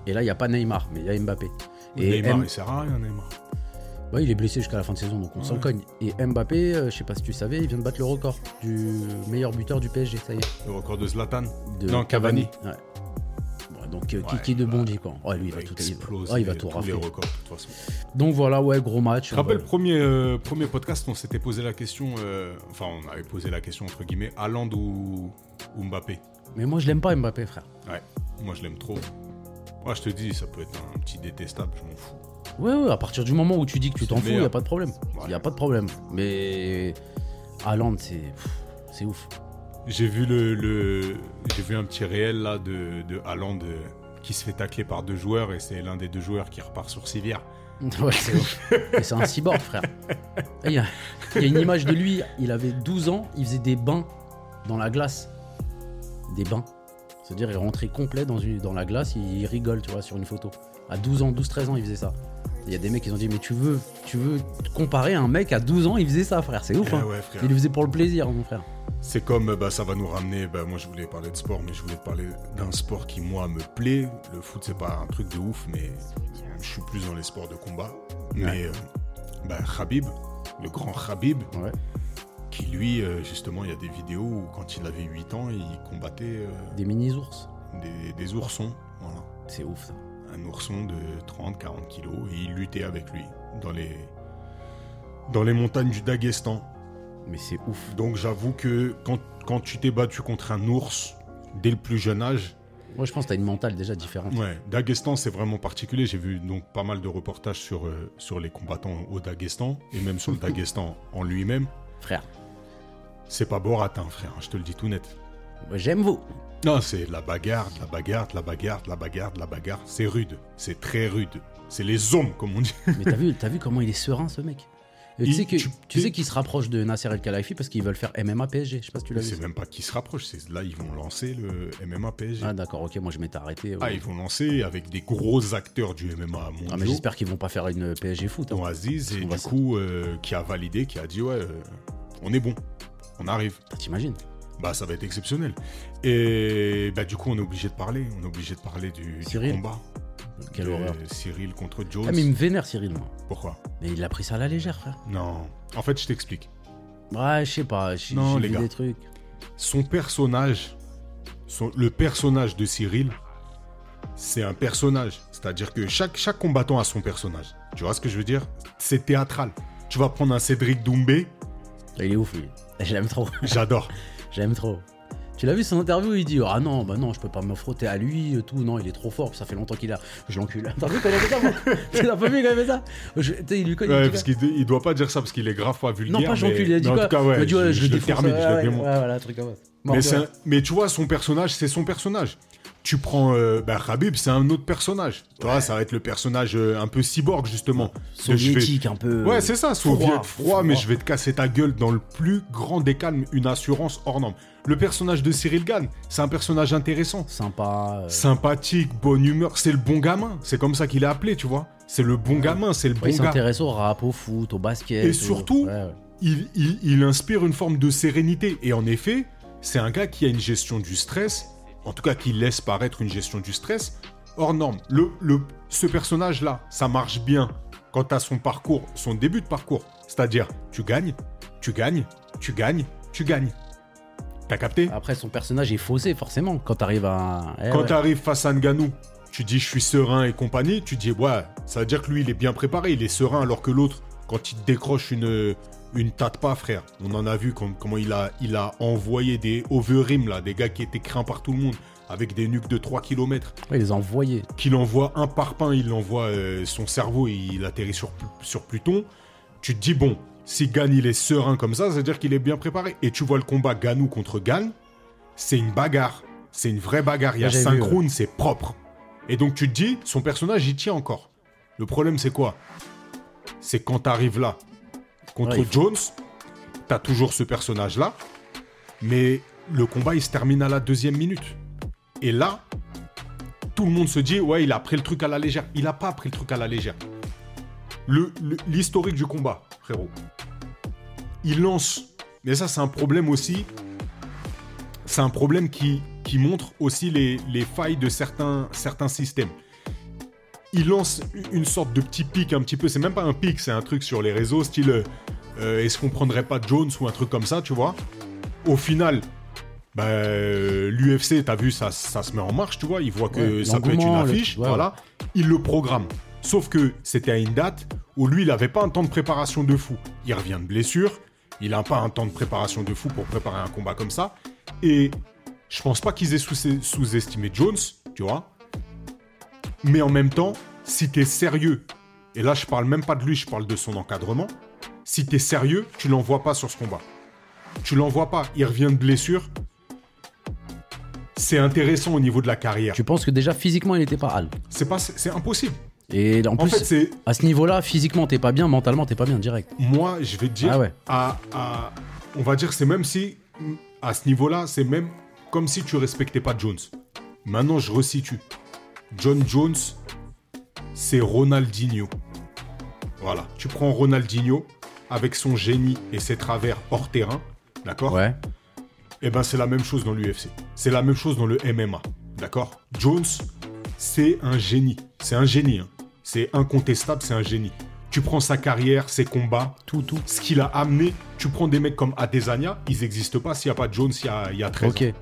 Speaker 2: Et là, il y a pas Neymar, mais il y a Mbappé. Et
Speaker 3: Neymar,
Speaker 2: M-
Speaker 3: il sert à rien, Neymar.
Speaker 2: ouais, il est blessé jusqu'à la fin de saison, donc on s'en
Speaker 3: Ouais.
Speaker 2: cogne. Et Mbappé, euh, je sais pas si tu savais, il vient de battre le record du meilleur buteur du PSG, ça y est.
Speaker 3: Le record de Zlatan.
Speaker 2: De
Speaker 3: Non, Cavani.
Speaker 2: Ouais. Ouais, donc, euh, qui,
Speaker 3: Ouais,
Speaker 2: qui de
Speaker 3: bah,
Speaker 2: bondi, quoi. Ouais, lui, il va, tout, il va- ouais, il va tout
Speaker 3: tous les
Speaker 2: rafler.
Speaker 3: records, de toute façon.
Speaker 2: Donc voilà, ouais, gros match.
Speaker 3: Je
Speaker 2: on
Speaker 3: te rappelle,
Speaker 2: va-
Speaker 3: premier, euh, premier podcast, on s'était posé la question. euh, enfin, on avait posé la question, entre guillemets, Haaland ou, ou Mbappé
Speaker 2: Mais moi, je l'aime pas, Mbappé, frère.
Speaker 3: Ouais, moi je l'aime trop. Moi je te dis, ça peut être un petit détestable, je m'en fous.
Speaker 2: Ouais, ouais, à partir du moment où tu dis que tu
Speaker 3: C'est
Speaker 2: t'en fous, il
Speaker 3: meilleur.
Speaker 2: a pas de problème. Il
Speaker 3: euh, Ouais.
Speaker 2: a pas de problème. Mais Haaland, c'est pff, c'est ouf.
Speaker 3: J'ai vu le, le- j'ai vu un petit réel là de, de Haaland euh, qui se fait tacler par deux joueurs et c'est l'un des deux joueurs qui repart sur civière.
Speaker 2: Ouais, c'est ouf. Mais c'est un cyborg, frère. Et Il y, a- il y a une image de lui, il avait 12 ans, il faisait des bains dans la glace. Des bains. C'est-à-dire, il rentrait complet dans, une, dans la glace, il rigole, tu vois, sur une photo. À 12 ans, 12-13 ans, il faisait ça. Il y a des mecs qui ont dit, mais tu veux, tu veux te comparer à un mec à 12 ans, il faisait ça, frère, c'est ouf. hein.
Speaker 3: Eh ouais, frère.
Speaker 2: Il le faisait pour le plaisir, mon frère.
Speaker 3: C'est comme, bah, ça va nous ramener, bah, moi je voulais parler de sport, mais je voulais te parler d'un sport qui, moi, me plaît. Le foot, c'est pas un truc de ouf, mais je suis plus dans les sports de combat. Mais, euh, bah, Khabib, le grand Khabib,
Speaker 2: Ouais.
Speaker 3: qui, lui, euh, justement, il y a des vidéos où, quand il avait 8 ans, il combattait
Speaker 2: Des mini-ours.
Speaker 3: euh, des, des oursons. Voilà.
Speaker 2: C'est ouf, ça.
Speaker 3: Un ourson de 30-40 kilos, et il luttait avec lui dans les, dans les montagnes du Daghestan.
Speaker 2: Mais c'est ouf.
Speaker 3: Donc j'avoue que quand, quand tu t'es battu contre un ours dès le plus jeune âge,
Speaker 2: Moi, je pense que t'as une mentale déjà différente.
Speaker 3: Ouais, Daghestan, c'est vraiment particulier. J'ai vu donc pas mal de reportages sur, euh, sur les combattants au Daghestan et même sur le Daghestan en lui-même.
Speaker 2: Frère,
Speaker 3: C'est pas Borat, hein, frère, je te le dis tout net.
Speaker 2: moi, j'aime vous.
Speaker 3: Non, c'est de la bagarre, de la bagarre, de la bagarre, de la bagarre, de la bagarre. C'est rude, c'est très rude. C'est les hommes, comme on dit.
Speaker 2: Mais t'as vu, t'as vu comment il est serein, ce mec Et tu
Speaker 3: Il-
Speaker 2: sais que-
Speaker 3: tu-
Speaker 2: tu sais qu'il se rapproche de Nasser El Khalafi parce qu'ils veulent faire MMA PSG. Je sais pas si tu l'as vu.
Speaker 3: C'est même pas qui se rapproche, c'est là, ils vont lancer le MMA PSG.
Speaker 2: Ah, d'accord, ok, moi je m'étais arrêté. ouais.
Speaker 3: Ah, ils vont lancer avec des gros acteurs du MMA mondiaux,
Speaker 2: Ah, mais j'espère qu'ils vont pas faire une PSG foot. hein.
Speaker 3: dont Aziz, et
Speaker 2: On va
Speaker 3: du
Speaker 2: se-
Speaker 3: coup, euh, qui a validé, qui a dit, ouais, euh, on est bon, on arrive.
Speaker 2: Putain, T'imagines
Speaker 3: Bah, ça va être exceptionnel. Et bah, du coup, on est obligé de parler, on est obligé de parler du, du
Speaker 2: Cyril.
Speaker 3: combat.
Speaker 2: Quelle
Speaker 3: de
Speaker 2: horreur.
Speaker 3: Cyril contre Jones.
Speaker 2: Ah, mais il me vénère, Cyril, moi.
Speaker 3: Pourquoi
Speaker 2: Mais il a pris ça à la légère, frère.
Speaker 3: Non. En fait, je t'explique.
Speaker 2: Ouais, je sais pas, j'ai
Speaker 3: Non,
Speaker 2: j'ai
Speaker 3: les
Speaker 2: vu
Speaker 3: gars.
Speaker 2: des trucs.
Speaker 3: Son personnage, son- le personnage de Cyril, c'est un personnage. C'est-à-dire que chaque, chaque combattant a son personnage. Tu vois ce que je veux dire C'est théâtral. Tu vas prendre un Cédric Doumbé,
Speaker 2: Il est ouf, lui. J'aime trop,
Speaker 3: j'adore.
Speaker 2: j'aime trop. Tu l'as vu son interview, il dit Ah non, bah non, je peux pas me frotter à lui, et tout, non, il est trop fort, ça fait longtemps qu'il a. Je l'encule. T'as vu quand il a fait ça, moi Tu l'as pas vu quand il a fait ça Je- Tu sais, il lui cogne. il
Speaker 3: Ouais,
Speaker 2: dit,
Speaker 3: parce qu'il il doit pas dire ça parce qu'il est grave pas vulgaire.
Speaker 2: hein. Non, pas
Speaker 3: mais-
Speaker 2: j'encule, il a dit
Speaker 3: mais en
Speaker 2: quoi
Speaker 3: tout cas, ouais,
Speaker 2: Il a dit, ouais,
Speaker 3: je,
Speaker 2: je,
Speaker 3: je le
Speaker 2: défonce,
Speaker 3: termine,
Speaker 2: ouais,
Speaker 3: je le
Speaker 2: ouais,
Speaker 3: démonte.
Speaker 2: ouais, voilà, un truc comme ça.
Speaker 3: Mais,
Speaker 2: Mordu,
Speaker 3: c'est
Speaker 2: ouais.
Speaker 3: un- mais tu vois, son personnage, c'est son personnage. Tu prends euh, bah, Khabib, c'est un autre personnage. Tu vois, ça va être le personnage euh, un peu cyborg, justement. De je vais-
Speaker 2: soviétique un peu. euh,
Speaker 3: Ouais, c'est ça, soviète froid, mais je
Speaker 2: froid.
Speaker 3: vais te casser ta gueule dans le plus grand des calmes, une assurance hors norme. Le personnage de Cyril Gann, c'est un personnage intéressant.
Speaker 2: Sympa. euh,
Speaker 3: Sympathique, bonne humeur, c'est le bon gamin. C'est comme ça qu'il est appelé, tu vois. C'est le bon gamin, c'est le
Speaker 2: ouais, il
Speaker 3: bon gars.
Speaker 2: s'intéresse au rap, au foot, au basket.
Speaker 3: Et
Speaker 2: au-
Speaker 3: surtout,
Speaker 2: ouais, ouais.
Speaker 3: il, il- il inspire une forme de sérénité. Et en effet, c'est un gars qui a une gestion du stress, en tout cas qui laisse paraître une gestion du stress hors norme. Le, le- ce personnage-là, ça marche bien quant à son parcours, son début de parcours. C'est-à-dire, tu gagnes, tu gagnes, tu gagnes, tu gagnes. T'as capté
Speaker 2: Après, son personnage est faussé, forcément, quand t'arrives à. Eh
Speaker 3: Quand
Speaker 2: ouais.
Speaker 3: t'arrives face à Nganou, tu dis je suis serein et compagnie, tu dis ouais, ça veut dire que lui il est bien préparé, il est serein alors que l'autre, quand il te décroche une, une tâte pas, frère, on en a vu com- comment il a, il a envoyé des overrim là, des gars qui étaient craints par tout le monde, avec des nuques de 3 km,
Speaker 2: Ouais, il les a envoyés.
Speaker 3: qu'il envoie un par pain, il envoie euh, son cerveau, il atterrit sur, Pl- sur Pluton, tu te dis bon, si Gan il est serein comme ça, ça veut dire qu'il est bien préparé. Et tu vois le combat Ganou contre Gan, c'est une bagarre. C'est une vraie bagarre. Il y a
Speaker 2: Ouais, j'ai
Speaker 3: 5
Speaker 2: vu, ouais.
Speaker 3: rounds, c'est propre. Et donc tu te dis, son personnage, il tient encore. Le problème, c'est quoi C'est quand t'arrives là, contre
Speaker 2: Ouais, il faut-
Speaker 3: Jones, t'as toujours ce personnage-là, mais le combat, il se termine à la deuxième minute. Et là, tout le monde se dit, ouais, il a pris le truc à la légère. Il a pas pris le truc à la légère. Le- le- L'historique du combat, frérot. Il lance. Mais ça, c'est un problème aussi. C'est un problème qui, qui montre aussi les, les failles de certains, certains systèmes. Il lance une sorte de petit pic, un petit peu. C'est même pas un pic, c'est un truc sur les réseaux, style euh, euh, est-ce qu'on prendrait pas Jones ou un truc comme ça, tu vois. Au final, bah, euh, l'UFC, t'as vu, ça, ça se met en marche, tu vois. Il voit que
Speaker 2: Ouais,
Speaker 3: ça peut être une
Speaker 2: l'engouement, le-
Speaker 3: affiche,
Speaker 2: ouais, ouais.
Speaker 3: voilà. Il le programme. Sauf que c'était à une date où lui, il n'avait pas un temps de préparation de fou. Il revient de blessure, il n'a pas un temps de préparation de fou pour préparer un combat comme ça. Et je pense pas qu'ils aient sous- sous-estimé Jones, tu vois. Mais en même temps, si t'es sérieux, et là je parle même pas de lui, je parle de son encadrement, si t'es sérieux, tu l'envoies pas sur ce combat. Tu l'envoies pas, il revient de blessure. C'est intéressant au niveau de la carrière.
Speaker 2: Tu penses que déjà, physiquement, il était pas hal.
Speaker 3: C'est pas, c'est c'est impossible.
Speaker 2: Et en,
Speaker 3: En
Speaker 2: plus,
Speaker 3: fait, c'est
Speaker 2: à ce niveau-là, physiquement, t'es pas bien, mentalement, t'es pas bien direct.
Speaker 3: moi, je vais te dire,
Speaker 2: Ah ouais.
Speaker 3: à, à- on va dire, c'est même si, à ce niveau-là, c'est même comme si tu respectais pas Jones. Maintenant, je resitue. John Jones, c'est Ronaldinho. Voilà, tu prends Ronaldinho avec son génie et ses travers hors terrain, d'accord
Speaker 2: Ouais.
Speaker 3: eh ben, c'est la même chose dans l'UFC. C'est la même chose dans le MMA. D'accord Jones, c'est un génie. C'est un génie. hein. C'est incontestable, c'est un génie. Tu prends sa carrière, ses combats,
Speaker 2: Tout, tout.
Speaker 3: ce qu'il a amené. Tu prends des mecs comme Adesanya, ils n'existent pas s'il n'y a pas Jones il y a, il y a 13
Speaker 2: Ok.
Speaker 3: ans.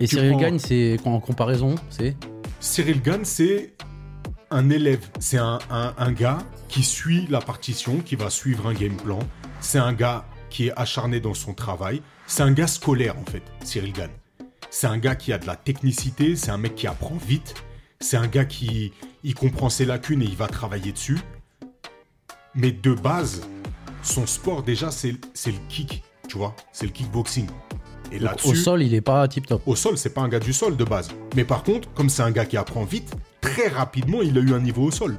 Speaker 2: Et Cyril
Speaker 3: prends-
Speaker 2: Gagne, c'est en comparaison, c'est
Speaker 3: Cyril Gann, c'est un élève. C'est un, un- un gars qui suit la partition, qui va suivre un game plan. C'est un gars qui est acharné dans son travail. C'est un gars scolaire, en fait, Cyril Gann. C'est un gars qui a de la technicité, c'est un mec qui apprend vite, c'est un gars qui il comprend ses lacunes et il va travailler dessus. Mais de base, son sport déjà, c'est c'est le kick, tu vois, c'est le kickboxing. Et
Speaker 2: Donc, au
Speaker 3: là-dessus,
Speaker 2: sol, il est pas tip top.
Speaker 3: au sol, c'est pas un gars du sol de base. Mais par contre, comme c'est un gars qui apprend vite, très rapidement, il a eu un niveau au sol.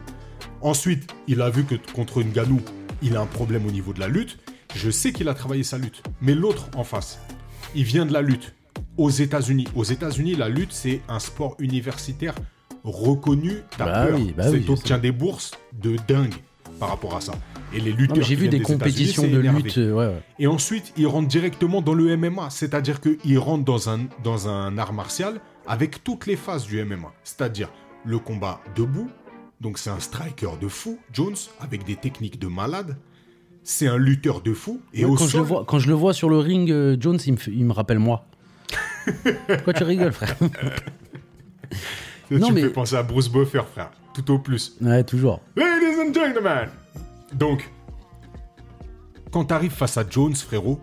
Speaker 3: Ensuite, il a vu que t- contre une Ganou, il a un problème au niveau de la lutte. Je sais qu'il a travaillé sa lutte. Mais l'autre en face, il vient de la lutte. Aux États-Unis. Aux États-Unis, la lutte, c'est un sport universitaire reconnu. T'as
Speaker 2: Bah
Speaker 3: peur.
Speaker 2: oui, bah
Speaker 3: C'est-
Speaker 2: oui, je
Speaker 3: T'obtiens des bourses de dingue par rapport à ça. Et les
Speaker 2: Non,
Speaker 3: lutteurs.
Speaker 2: mais J'ai
Speaker 3: qui
Speaker 2: vu
Speaker 3: viennent
Speaker 2: des compétitions
Speaker 3: États-Unis,
Speaker 2: de
Speaker 3: c'est énervé.
Speaker 2: lutte. euh, ouais, ouais.
Speaker 3: Et ensuite, il rentre directement dans le MMA, c'est-à-dire qu'il rentre dans un, dans un art martial avec toutes les phases du MMA, c'est-à-dire le combat debout, donc c'est un striker de fou, Jones, avec des techniques de malade, c'est un lutteur de fou, et
Speaker 2: Ouais,
Speaker 3: au
Speaker 2: quand, je
Speaker 3: sol,
Speaker 2: le vois, quand je le vois sur le ring, euh, Jones, il me, fait- il me rappelle moi. Pourquoi tu rigoles, frère
Speaker 3: tu
Speaker 2: Non,
Speaker 3: me
Speaker 2: mais-
Speaker 3: fais penser à Bruce Buffer, frère, tout au plus.
Speaker 2: Ouais, toujours.
Speaker 3: Ladies and gentlemen Donc, quand t'arrives face à Jones, frérot,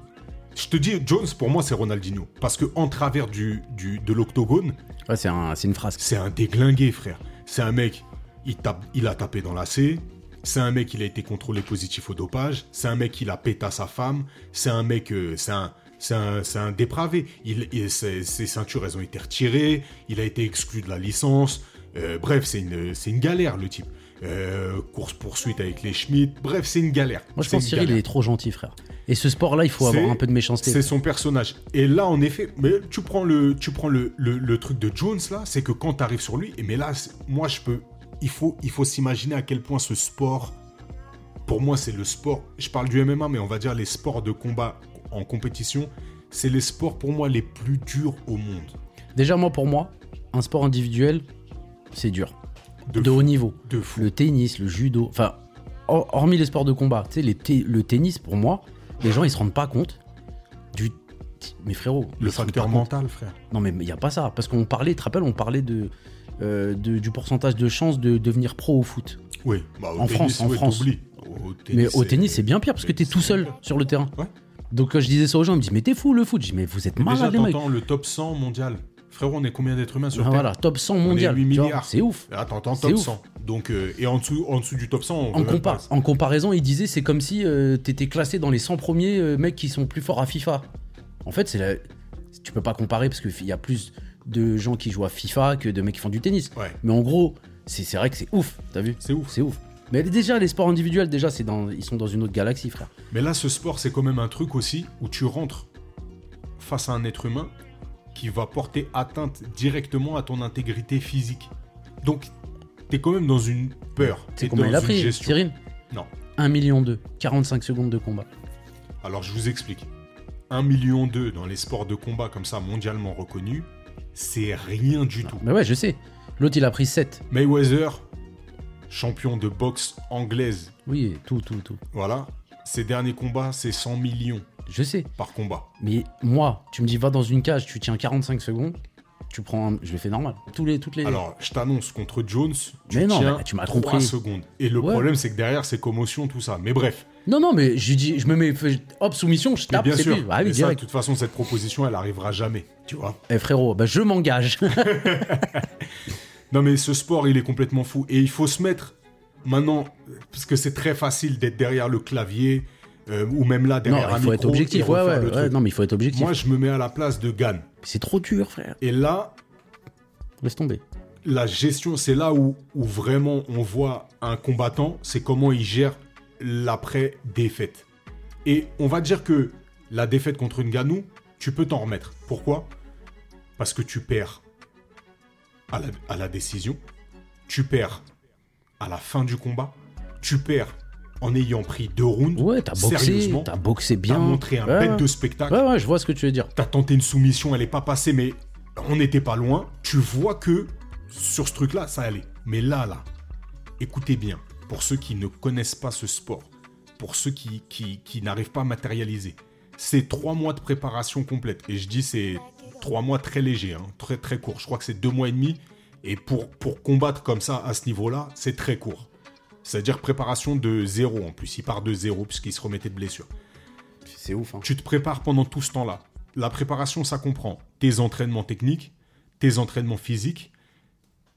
Speaker 3: je te dis, Jones, pour moi, c'est Ronaldinho, parce que en travers du, du, de l'octogone,
Speaker 2: Ouais, c'est un- c'est une phrase.
Speaker 3: C'est un déglingué, frère. C'est un mec, il, tape, il a tapé dans la C. C'est un mec, il a été contrôlé positif au dopage. C'est un mec, il a pété à sa femme. C'est un mec, euh, c'est un, c'est un, c'est un dépravé. Il, il- ses, ses ceintures, elles ont été retirées. Il a été exclu de la licence. Euh, bref, c'est une, c'est une galère, le type. course poursuite avec les Schmitt. Bref, c'est une galère.
Speaker 2: Moi, je
Speaker 3: C'est
Speaker 2: pense
Speaker 3: une
Speaker 2: Cyril,
Speaker 3: galère.
Speaker 2: il est trop gentil, frère. Et ce sport-là, il faut avoir
Speaker 3: C'est-
Speaker 2: un peu de méchanceté.
Speaker 3: C'est son personnage. Et là, en effet, mais tu prends le, tu prends le, le- le truc de Jones là, c'est que quand t'arrives sur lui, et mais là, c'est- moi je peux, il faut, il faut s'imaginer à quel point ce sport, pour moi c'est le sport. Je parle du MMA, mais on va dire les sports de combat en compétition, c'est les sports pour moi les plus durs au monde.
Speaker 2: Déjà, moi, pour moi, un sport individuel, c'est dur.
Speaker 3: De,
Speaker 2: De,
Speaker 3: fou,
Speaker 2: haut niveau.
Speaker 3: de fou.
Speaker 2: Le tennis, le judo, enfin, hor- hormis les sports de combat, tu sais, les te- le tennis, pour moi, les gens, ils se rendent pas compte du. Mais frérot,
Speaker 3: Le,
Speaker 2: ils se rendent
Speaker 3: facteur
Speaker 2: pas compte.
Speaker 3: mental, frère.
Speaker 2: Non, mais il n'y a pas ça. Parce qu'on parlait, tu te rappelles, on parlait de, euh, de- du pourcentage de chances de devenir pro au foot.
Speaker 3: Oui. Bah, au
Speaker 2: En
Speaker 3: tennis,
Speaker 2: France, en
Speaker 3: ouais,
Speaker 2: France.
Speaker 3: t'oublies. Au
Speaker 2: mais au tennis, c'est bien pire parce que
Speaker 3: mais
Speaker 2: t'es tout
Speaker 3: c'est
Speaker 2: seul
Speaker 3: bien.
Speaker 2: sur le terrain.
Speaker 3: Ouais.
Speaker 2: Donc, quand je disais ça aux gens, ils me disent Mais t'es fou le foot Je dis Mais vous êtes
Speaker 3: Déjà,
Speaker 2: malade, les mecs.
Speaker 3: t'entends le top 100 mondial. Frérot, on est combien d'êtres humains sur
Speaker 2: Ah,
Speaker 3: Terre
Speaker 2: voilà, top 100
Speaker 3: est
Speaker 2: mondial.
Speaker 3: 8
Speaker 2: tu vois,
Speaker 3: milliards.
Speaker 2: C'est ouf.
Speaker 3: Attends, attends,
Speaker 2: C'est
Speaker 3: top
Speaker 2: ouf.
Speaker 3: 100. Donc, euh, et en dessous, en dessous du top 100, on
Speaker 2: En,
Speaker 3: veut même
Speaker 2: compa-
Speaker 3: pas.
Speaker 2: en comparaison, il disait c'est comme si euh, t'étais classé dans les 100 premiers euh, mecs qui sont plus forts à FIFA. En fait, c'est la... tu peux pas comparer parce qu'il y a plus de gens qui jouent à FIFA que de mecs qui font du tennis.
Speaker 3: Ouais,
Speaker 2: Mais en gros, c'est c'est vrai que c'est ouf, t'as vu
Speaker 3: c'est ouf.
Speaker 2: C'est ouf. Mais déjà, les sports individuels, déjà, c'est dans... ils sont dans une autre galaxie, frère.
Speaker 3: Mais là, ce sport, c'est quand même un truc aussi où tu rentres face à un être humain qui va porter atteinte directement à ton intégrité physique. Donc, t'es quand même dans une peur.
Speaker 2: C'est
Speaker 3: T'es
Speaker 2: combien
Speaker 3: dans
Speaker 2: il a
Speaker 3: une
Speaker 2: pris,
Speaker 3: gestion.
Speaker 2: Cyril
Speaker 3: Non.
Speaker 2: 1 million 2, 45 secondes de combat.
Speaker 3: Alors, je vous explique. 1 million d'eux dans les sports de combat comme ça, mondialement reconnus, c'est rien du tout.
Speaker 2: Mais ouais, je sais. L'autre, il a pris 7.
Speaker 3: Mayweather, champion de boxe anglaise,
Speaker 2: Oui, tout, tout, tout.
Speaker 3: voilà. Ses derniers combats, c'est 100 millions
Speaker 2: Je sais.
Speaker 3: par combat.
Speaker 2: Mais moi, tu me dis, va dans une cage, tu tiens 45 secondes, tu prends. un- Je le fais normal. Tous les, toutes les.
Speaker 3: Alors, je t'annonce contre Jones, tu
Speaker 2: Mais non,
Speaker 3: tiens
Speaker 2: mais tu m'as
Speaker 3: 3
Speaker 2: compris.
Speaker 3: secondes. Et le
Speaker 2: Ouais.
Speaker 3: problème, c'est que derrière, c'est commotion, tout ça. Mais bref,
Speaker 2: Non, non, mais je dis, je me mets. fais- Hop, soumission, je
Speaker 3: mais
Speaker 2: tape,
Speaker 3: bien
Speaker 2: c'est
Speaker 3: sûr.
Speaker 2: lui. Ah
Speaker 3: mais
Speaker 2: oui,
Speaker 3: ça, de
Speaker 2: direct.
Speaker 3: toute façon, cette proposition, elle arrivera jamais, tu vois.
Speaker 2: Eh frérot, bah je m'engage.
Speaker 3: Non, mais ce sport, il est complètement fou. Et il faut se mettre maintenant, parce que c'est très facile d'être derrière le clavier, euh, ou même là,
Speaker 2: non,
Speaker 3: derrière un
Speaker 2: il faut
Speaker 3: micro
Speaker 2: être
Speaker 3: et
Speaker 2: objectif. Ouais,
Speaker 3: refaire
Speaker 2: ouais,
Speaker 3: le
Speaker 2: ouais,
Speaker 3: truc.
Speaker 2: Non, mais il faut être objectif.
Speaker 3: Moi, je me mets à la place de Gann.
Speaker 2: C'est trop dur, frère.
Speaker 3: Et là,
Speaker 2: Laisse tomber.
Speaker 3: la gestion, c'est là où, où vraiment on voit un combattant, c'est comment il gère l'après-défaite. Et on va dire que la défaite contre une Ganou, tu peux t'en remettre. Pourquoi Parce que tu perds à la, à la décision, tu perds à la fin du combat, tu perds en ayant pris deux rounds,
Speaker 2: Ouais, t'as boxé,
Speaker 3: Sérieusement,
Speaker 2: t'as boxé
Speaker 3: t'as
Speaker 2: bien.
Speaker 3: montré un
Speaker 2: ouais,
Speaker 3: bête
Speaker 2: ouais.
Speaker 3: de spectacle,
Speaker 2: Ouais, ouais, je vois ce que tu veux dire.
Speaker 3: T'as tenté une soumission, elle est pas passée, mais on n'était pas loin. Tu vois que sur ce truc-là, ça allait. Mais là, là, écoutez bien, pour ceux qui ne connaissent pas ce sport, pour ceux qui, qui, qui n'arrivent pas à matérialiser, c'est trois mois de préparation complète. Et je dis c'est trois mois très légers, hein, très très court. Je crois que c'est deux mois et demi. Et pour, pour combattre comme ça, à ce niveau-là, c'est très court. C'est-à-dire préparation de zéro en plus. Il part de zéro puisqu'il se remettait de blessure.
Speaker 2: C'est ouf, hein.
Speaker 3: Tu te prépares pendant tout ce temps-là. La préparation, ça comprend tes entraînements techniques, tes entraînements physiques,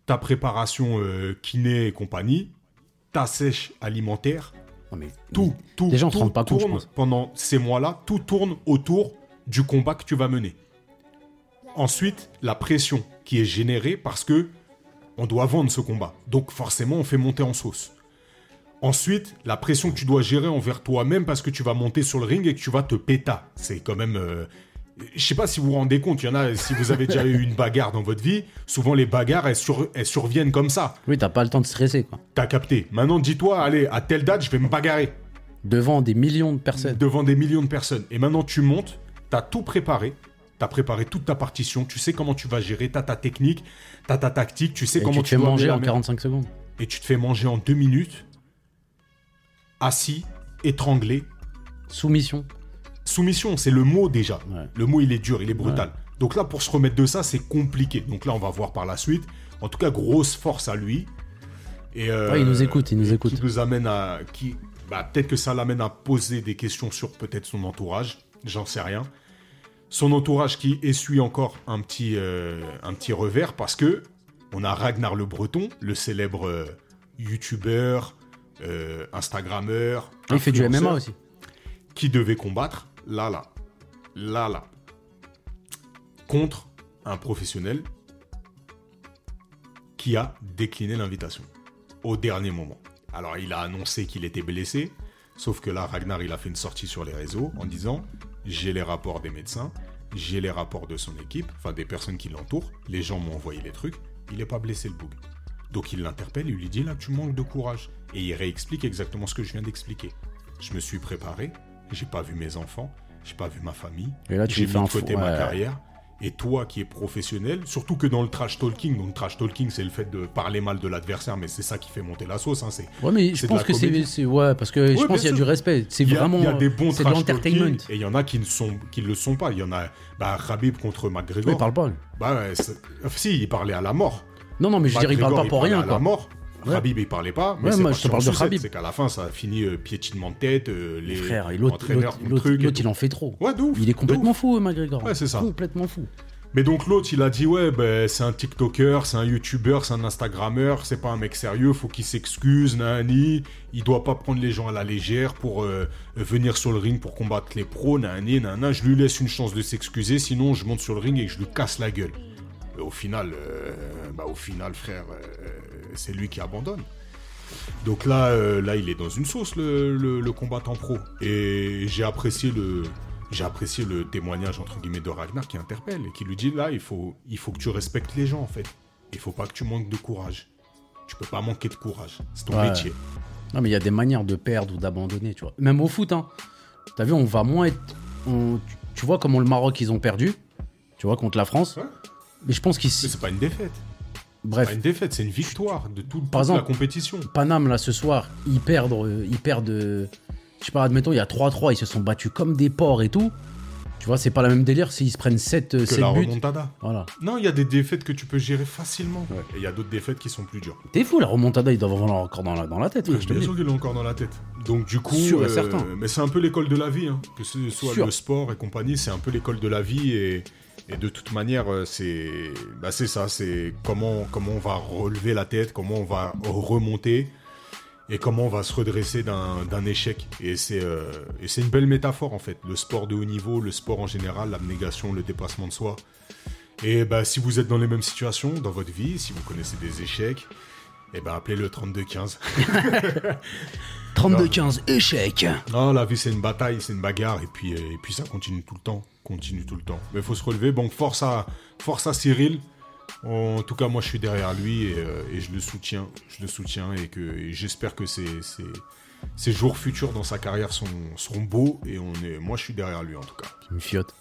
Speaker 3: ta préparation euh, kiné et compagnie, ta sèche alimentaire,
Speaker 2: Non, mais-
Speaker 3: tout, tout,
Speaker 2: Les gens se
Speaker 3: tout
Speaker 2: rendent pas compte, je
Speaker 3: tourne
Speaker 2: pense.
Speaker 3: pendant ces mois-là, tout tourne autour du combat que tu vas mener. Ensuite, la pression qui est générée parce que on doit vendre ce combat. Donc forcément, on fait monter en sauce. Ensuite, la pression que tu dois gérer envers toi-même parce que tu vas monter sur le ring et que tu vas te péta. C'est quand même. euh, Je sais pas si vous vous rendez compte, il y en a, si vous avez déjà eu une bagarre dans votre vie, souvent les bagarres, elles, sur- elles surviennent comme ça.
Speaker 2: Oui, t'as pas le temps de stresser, quoi.
Speaker 3: T'as capté. Maintenant, dis-toi, allez, à telle date, je vais me bagarrer
Speaker 2: Devant des millions de personnes.
Speaker 3: devant des millions de personnes. Et maintenant, tu montes, t'as tout préparé, t'as préparé toute ta partition, tu sais comment tu vas gérer, t'as ta technique, t'as ta tactique, tu sais
Speaker 2: Et
Speaker 3: comment
Speaker 2: tu
Speaker 3: tu,
Speaker 2: te fais
Speaker 3: dois
Speaker 2: manger
Speaker 3: amener
Speaker 2: en
Speaker 3: la-
Speaker 2: 45 secondes.
Speaker 3: Et tu te fais manger en deux minutes, assis, étranglé.
Speaker 2: Soumission.
Speaker 3: Soumission, c'est le mot déjà.
Speaker 2: Ouais.
Speaker 3: Le mot, il est dur, il est brutal. Donc là, pour se remettre de ça, c'est compliqué. Donc là, on va voir par la suite. En tout cas, grosse force à lui. Et euh,
Speaker 2: Ouais, il nous écoute, il nous
Speaker 3: et
Speaker 2: écoute.
Speaker 3: Qui nous amène à. Qui, bah, peut-être que ça l'amène à poser des questions sur peut-être son entourage. J'en sais rien. Son entourage qui essuie encore un petit, euh, un petit revers parce que on a Ragnar le Breton, le célèbre euh, youtubeur, euh, instagrammeur.
Speaker 2: Il fait du MMA
Speaker 3: influenceur
Speaker 2: aussi.
Speaker 3: qui devait combattre Lala. Lala. Contre un professionnel qui a décliné l'invitation au dernier moment. Alors il a annoncé qu'il était blessé, sauf que là Ragnar il a fait une sortie sur les réseaux en disant j'ai les rapports des médecins, j'ai les rapports de son équipe, enfin des personnes qui l'entourent, les gens m'ont envoyé les trucs, il n'est pas blessé le bug. Donc il l'interpelle, il lui dit là tu manques de courage et il réexplique exactement ce que je viens d'expliquer. Je me suis préparé, j'ai pas vu mes enfants, j'ai pas vu ma famille,
Speaker 2: Et là, tu
Speaker 3: j'ai
Speaker 2: lui
Speaker 3: mis
Speaker 2: fais un
Speaker 3: de
Speaker 2: fou-
Speaker 3: côté ma
Speaker 2: ouais.
Speaker 3: carrière. Et toi qui es professionnel, surtout que dans le trash talking, donc trash talking c'est le fait de parler mal de l'adversaire, mais c'est ça qui fait monter la sauce. hein, c'est
Speaker 2: Ouais, mais je
Speaker 3: C'est de
Speaker 2: pense
Speaker 3: la
Speaker 2: que c'est.
Speaker 3: comédie.
Speaker 2: c'est- Ouais, parce que je
Speaker 3: Ouais,
Speaker 2: pense qu'il y
Speaker 3: bien
Speaker 2: a du
Speaker 3: sûr.
Speaker 2: respect. C'est
Speaker 3: Il y a-
Speaker 2: vraiment.
Speaker 3: il y a des bons
Speaker 2: C'est de
Speaker 3: trash
Speaker 2: l'entertainment.
Speaker 3: talking, et il y en a qui ne sont, qui ne le sont pas. Il y en a, bah, Rabib contre McGregor.
Speaker 2: Il parle pas. lui.
Speaker 3: Bah, ouais, c'est- euh, si, il parlait à la mort.
Speaker 2: Non, non, mais je veux dire, il parle
Speaker 3: McGregor,
Speaker 2: pas pour rien,
Speaker 3: Bah, À la
Speaker 2: quoi.
Speaker 3: mort.
Speaker 2: Ouais.
Speaker 3: Rabib il parlait pas, mais
Speaker 2: Ouais,
Speaker 3: c'est
Speaker 2: moi,
Speaker 3: parti
Speaker 2: je te
Speaker 3: en
Speaker 2: parle de
Speaker 3: sucette.
Speaker 2: Khabib.
Speaker 3: C'est qu'à la fin ça a fini euh, piétinement de tête, euh, les
Speaker 2: Frère, et l'autre,
Speaker 3: entraîneurs
Speaker 2: l'autre,
Speaker 3: contre
Speaker 2: l'autre,
Speaker 3: truc et
Speaker 2: l'autre, il
Speaker 3: tout.
Speaker 2: en fait trop.
Speaker 3: Ouais, de ouf,
Speaker 2: Il est
Speaker 3: de
Speaker 2: complètement
Speaker 3: ouf.
Speaker 2: fou, hein, McGregor.
Speaker 3: Ouais, c'est ça.
Speaker 2: Complètement fou.
Speaker 3: Mais donc l'autre, il a dit ouais, ben, c'est un TikToker, c'est un YouTuber, c'est un Instagrammeur, c'est pas un mec sérieux, faut qu'il s'excuse, nani. Il doit pas prendre les gens à la légère pour euh, venir sur le ring pour combattre les pros, nani, nana. Je lui laisse une chance de s'excuser, sinon je monte sur le ring et je lui casse la gueule. Et au final, euh, bah, au final, frère, euh, c'est lui qui abandonne. Donc là, euh, là, il est dans une sauce le, le- le combattant pro. Et j'ai apprécié le, j'ai apprécié le témoignage entre guillemets de Ragnar qui interpelle et qui lui dit là, il faut, il faut que tu respectes les gens en fait. Il faut pas que tu manques de courage. Tu peux pas manquer de courage. C'est ton
Speaker 2: Ouais.
Speaker 3: métier.
Speaker 2: Non, mais il y a des manières de perdre ou d'abandonner, tu vois. Même au foot, hein. T'as vu, on va moins être. on- tu- Tu vois comment le Maroc, ils ont perdu. Tu vois, contre la France.
Speaker 3: Ouais.
Speaker 2: Mais je pense qu'ils.
Speaker 3: Mais c'est pas une défaite. C'est Pas
Speaker 2: Bref,
Speaker 3: une défaite, c'est une victoire de toute,
Speaker 2: Par
Speaker 3: toute la
Speaker 2: exemple-
Speaker 3: compétition.
Speaker 2: Paname, là, ce soir, ils perdent. euh, Ils perdent. euh, Je sais pas, admettons, il y a 3-3, ils se sont battus comme des porcs et tout. Tu vois, c'est pas la même délire s'ils se prennent 7,
Speaker 3: Que la
Speaker 2: buts.
Speaker 3: remontada.
Speaker 2: Voilà.
Speaker 3: Non, il y a des défaites que tu peux gérer facilement.
Speaker 2: Ouais.
Speaker 3: Et il y a d'autres défaites qui sont plus dures.
Speaker 2: T'es fou, la remontada, ils doivent en avoir encore dans la, dans la tête, frère, je te
Speaker 3: bien
Speaker 2: le dis.
Speaker 3: sûr qu'il est encore dans la tête. Donc du coup, euh,
Speaker 2: Sûr et certain.
Speaker 3: mais c'est un peu l'école de la vie, hein. que ce soit
Speaker 2: Sûr.
Speaker 3: le sport et compagnie, c'est un peu l'école de la vie et, et de toute manière, euh, c'est bah, c'est ça, c'est comment comment on va relever la tête, comment on va remonter et comment on va se redresser d'un d'un échec. Et c'est euh, et c'est une belle métaphore en fait, le sport de haut niveau, le sport en général, l'abnégation, le dépassement de soi. Et bah, si vous êtes dans les mêmes situations dans votre vie, si vous connaissez des échecs, et ben appelez le 3215.
Speaker 2: 32-15, échec.
Speaker 3: Non, la vie c'est une bataille, c'est une bagarre, et puis, euh, et puis ça continue tout le temps, continue tout le temps. Mais faut se relever, bon, force à, force à Cyril. En tout cas, moi je suis derrière lui et, euh, et je le soutiens, je le soutiens et que et j'espère que ses, ses, ses jours futurs dans sa carrière sont, seront beaux et on est, moi je suis derrière lui en tout cas.
Speaker 2: Une fiotte.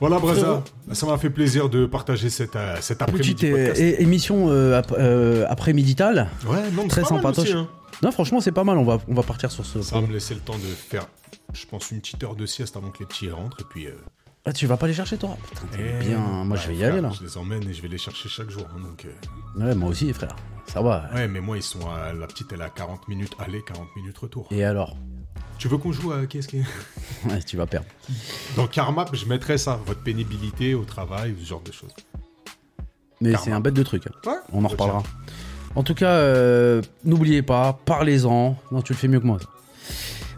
Speaker 3: Voilà
Speaker 2: Frérot.
Speaker 3: Braza, ça m'a fait plaisir de partager cette, euh, cet après-midi
Speaker 2: Petite euh,
Speaker 3: podcast.
Speaker 2: é- émission euh, ap- euh, après-méditale.
Speaker 3: Ouais, non,
Speaker 2: très
Speaker 3: c'est pas mal
Speaker 2: sympatoche.
Speaker 3: aussi, hein.
Speaker 2: Non, franchement, c'est pas mal. On va, on va partir sur ce.
Speaker 3: Ça va me laisser le temps de faire, je pense, une petite heure de sieste avant que les petits rentrent et puis euh,
Speaker 2: Ah, tu vas pas les chercher, toi Putain, t'es
Speaker 3: Eh,
Speaker 2: bien. Moi,
Speaker 3: bah,
Speaker 2: je vais y
Speaker 3: frère,
Speaker 2: aller, là.
Speaker 3: Je les emmène et je vais les chercher chaque jour. hein, donc, euh,
Speaker 2: Ouais, moi aussi, frère. Ça va.
Speaker 3: Ouais, mais moi, ils sont à la petite, elle a 40 minutes aller, 40 minutes retour.
Speaker 2: Et alors
Speaker 3: Tu veux qu'on joue à qu'est-ce qui
Speaker 2: Ouais, Tu vas perdre.
Speaker 3: Dans Carmap, je mettrais ça, votre pénibilité au travail, ce genre de choses.
Speaker 2: Mais
Speaker 3: Karma.
Speaker 2: c'est un bête de truc. hein.
Speaker 3: Ouais,
Speaker 2: On en reparlera. En tout cas, euh, n'oubliez pas, parlez-en. Non, tu le fais mieux que moi. ça.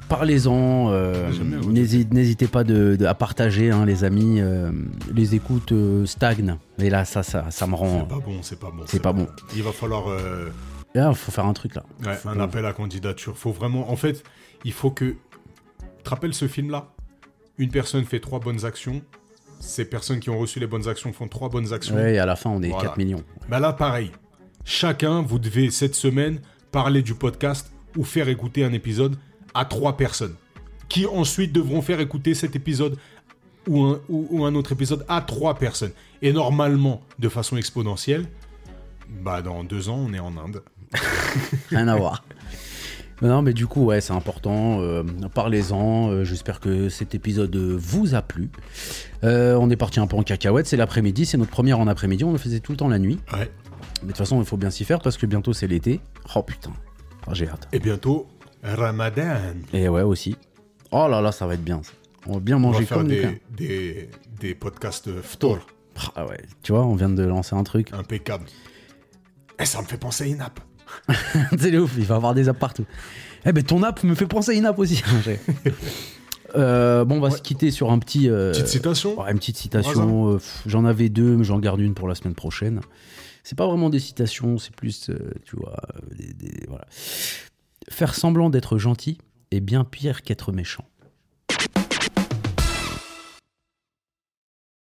Speaker 2: Parlez-en. euh,
Speaker 3: J'aime bien, ouais.
Speaker 2: n'hési- N'hésitez pas de, de- à partager, hein, les amis. euh, les écoutes euh, stagnent. Et là, ça, ça, ça me
Speaker 3: C'est
Speaker 2: rend.
Speaker 3: pas bon, c'est pas bon.
Speaker 2: C'est pas bon.
Speaker 3: Il va falloir euh,
Speaker 2: Là, Ah, faut faire un truc là.
Speaker 3: ouais,
Speaker 2: Faut
Speaker 3: un
Speaker 2: qu'on-
Speaker 3: appel à candidature. Faut vraiment. En fait, il faut que. Tu te rappelles ce film-là Une personne fait trois bonnes actions. Ces personnes qui ont reçu les bonnes actions font trois bonnes actions.
Speaker 2: Ouais, et à la fin, on est
Speaker 3: Voilà.
Speaker 2: 4 millions.
Speaker 3: Bah là, pareil. Chacun, vous devez cette semaine parler du podcast ou faire écouter un épisode à trois personnes qui ensuite devront faire écouter cet épisode ou un, ou- ou un autre épisode à trois personnes. Et normalement, de façon exponentielle, bah dans deux ans, on est en Inde.
Speaker 2: Rien à voir. Non, mais du coup, ouais, c'est important. euh, Parlez-en. euh, J'espère que cet épisode euh, vous a plu. Euh, on est parti un peu en cacahuète. C'est l'après-midi. C'est notre première en après-midi. On le faisait tout le temps la nuit.
Speaker 3: Ouais.
Speaker 2: Mais de toute façon, il faut bien s'y faire parce que bientôt c'est l'été. Oh putain, Ah, j'ai hâte.
Speaker 3: Et bientôt, Ramadan.
Speaker 2: Et ouais, aussi. Oh là là, ça va être bien. ça. On va bien
Speaker 3: On va
Speaker 2: manger
Speaker 3: faire
Speaker 2: comme des...
Speaker 3: des, des, des podcasts euh, Ftor,
Speaker 2: Ah ouais, tu vois, on vient de lancer un truc.
Speaker 3: impeccable. Et Eh, ça me fait penser à une app.
Speaker 2: c'est le ouf, il va avoir des apps partout. Eh ben ton app me fait penser à une app aussi. Euh, bon, on va se quitter sur un petit. euh,
Speaker 3: Petite citation
Speaker 2: ouais, une petite citation. euh, pff, J'en avais deux, mais j'en garde une pour la semaine prochaine. C'est pas vraiment des citations, c'est plus, euh, tu vois, euh, des- des- voilà. Faire semblant d'être gentil est bien pire qu'être méchant.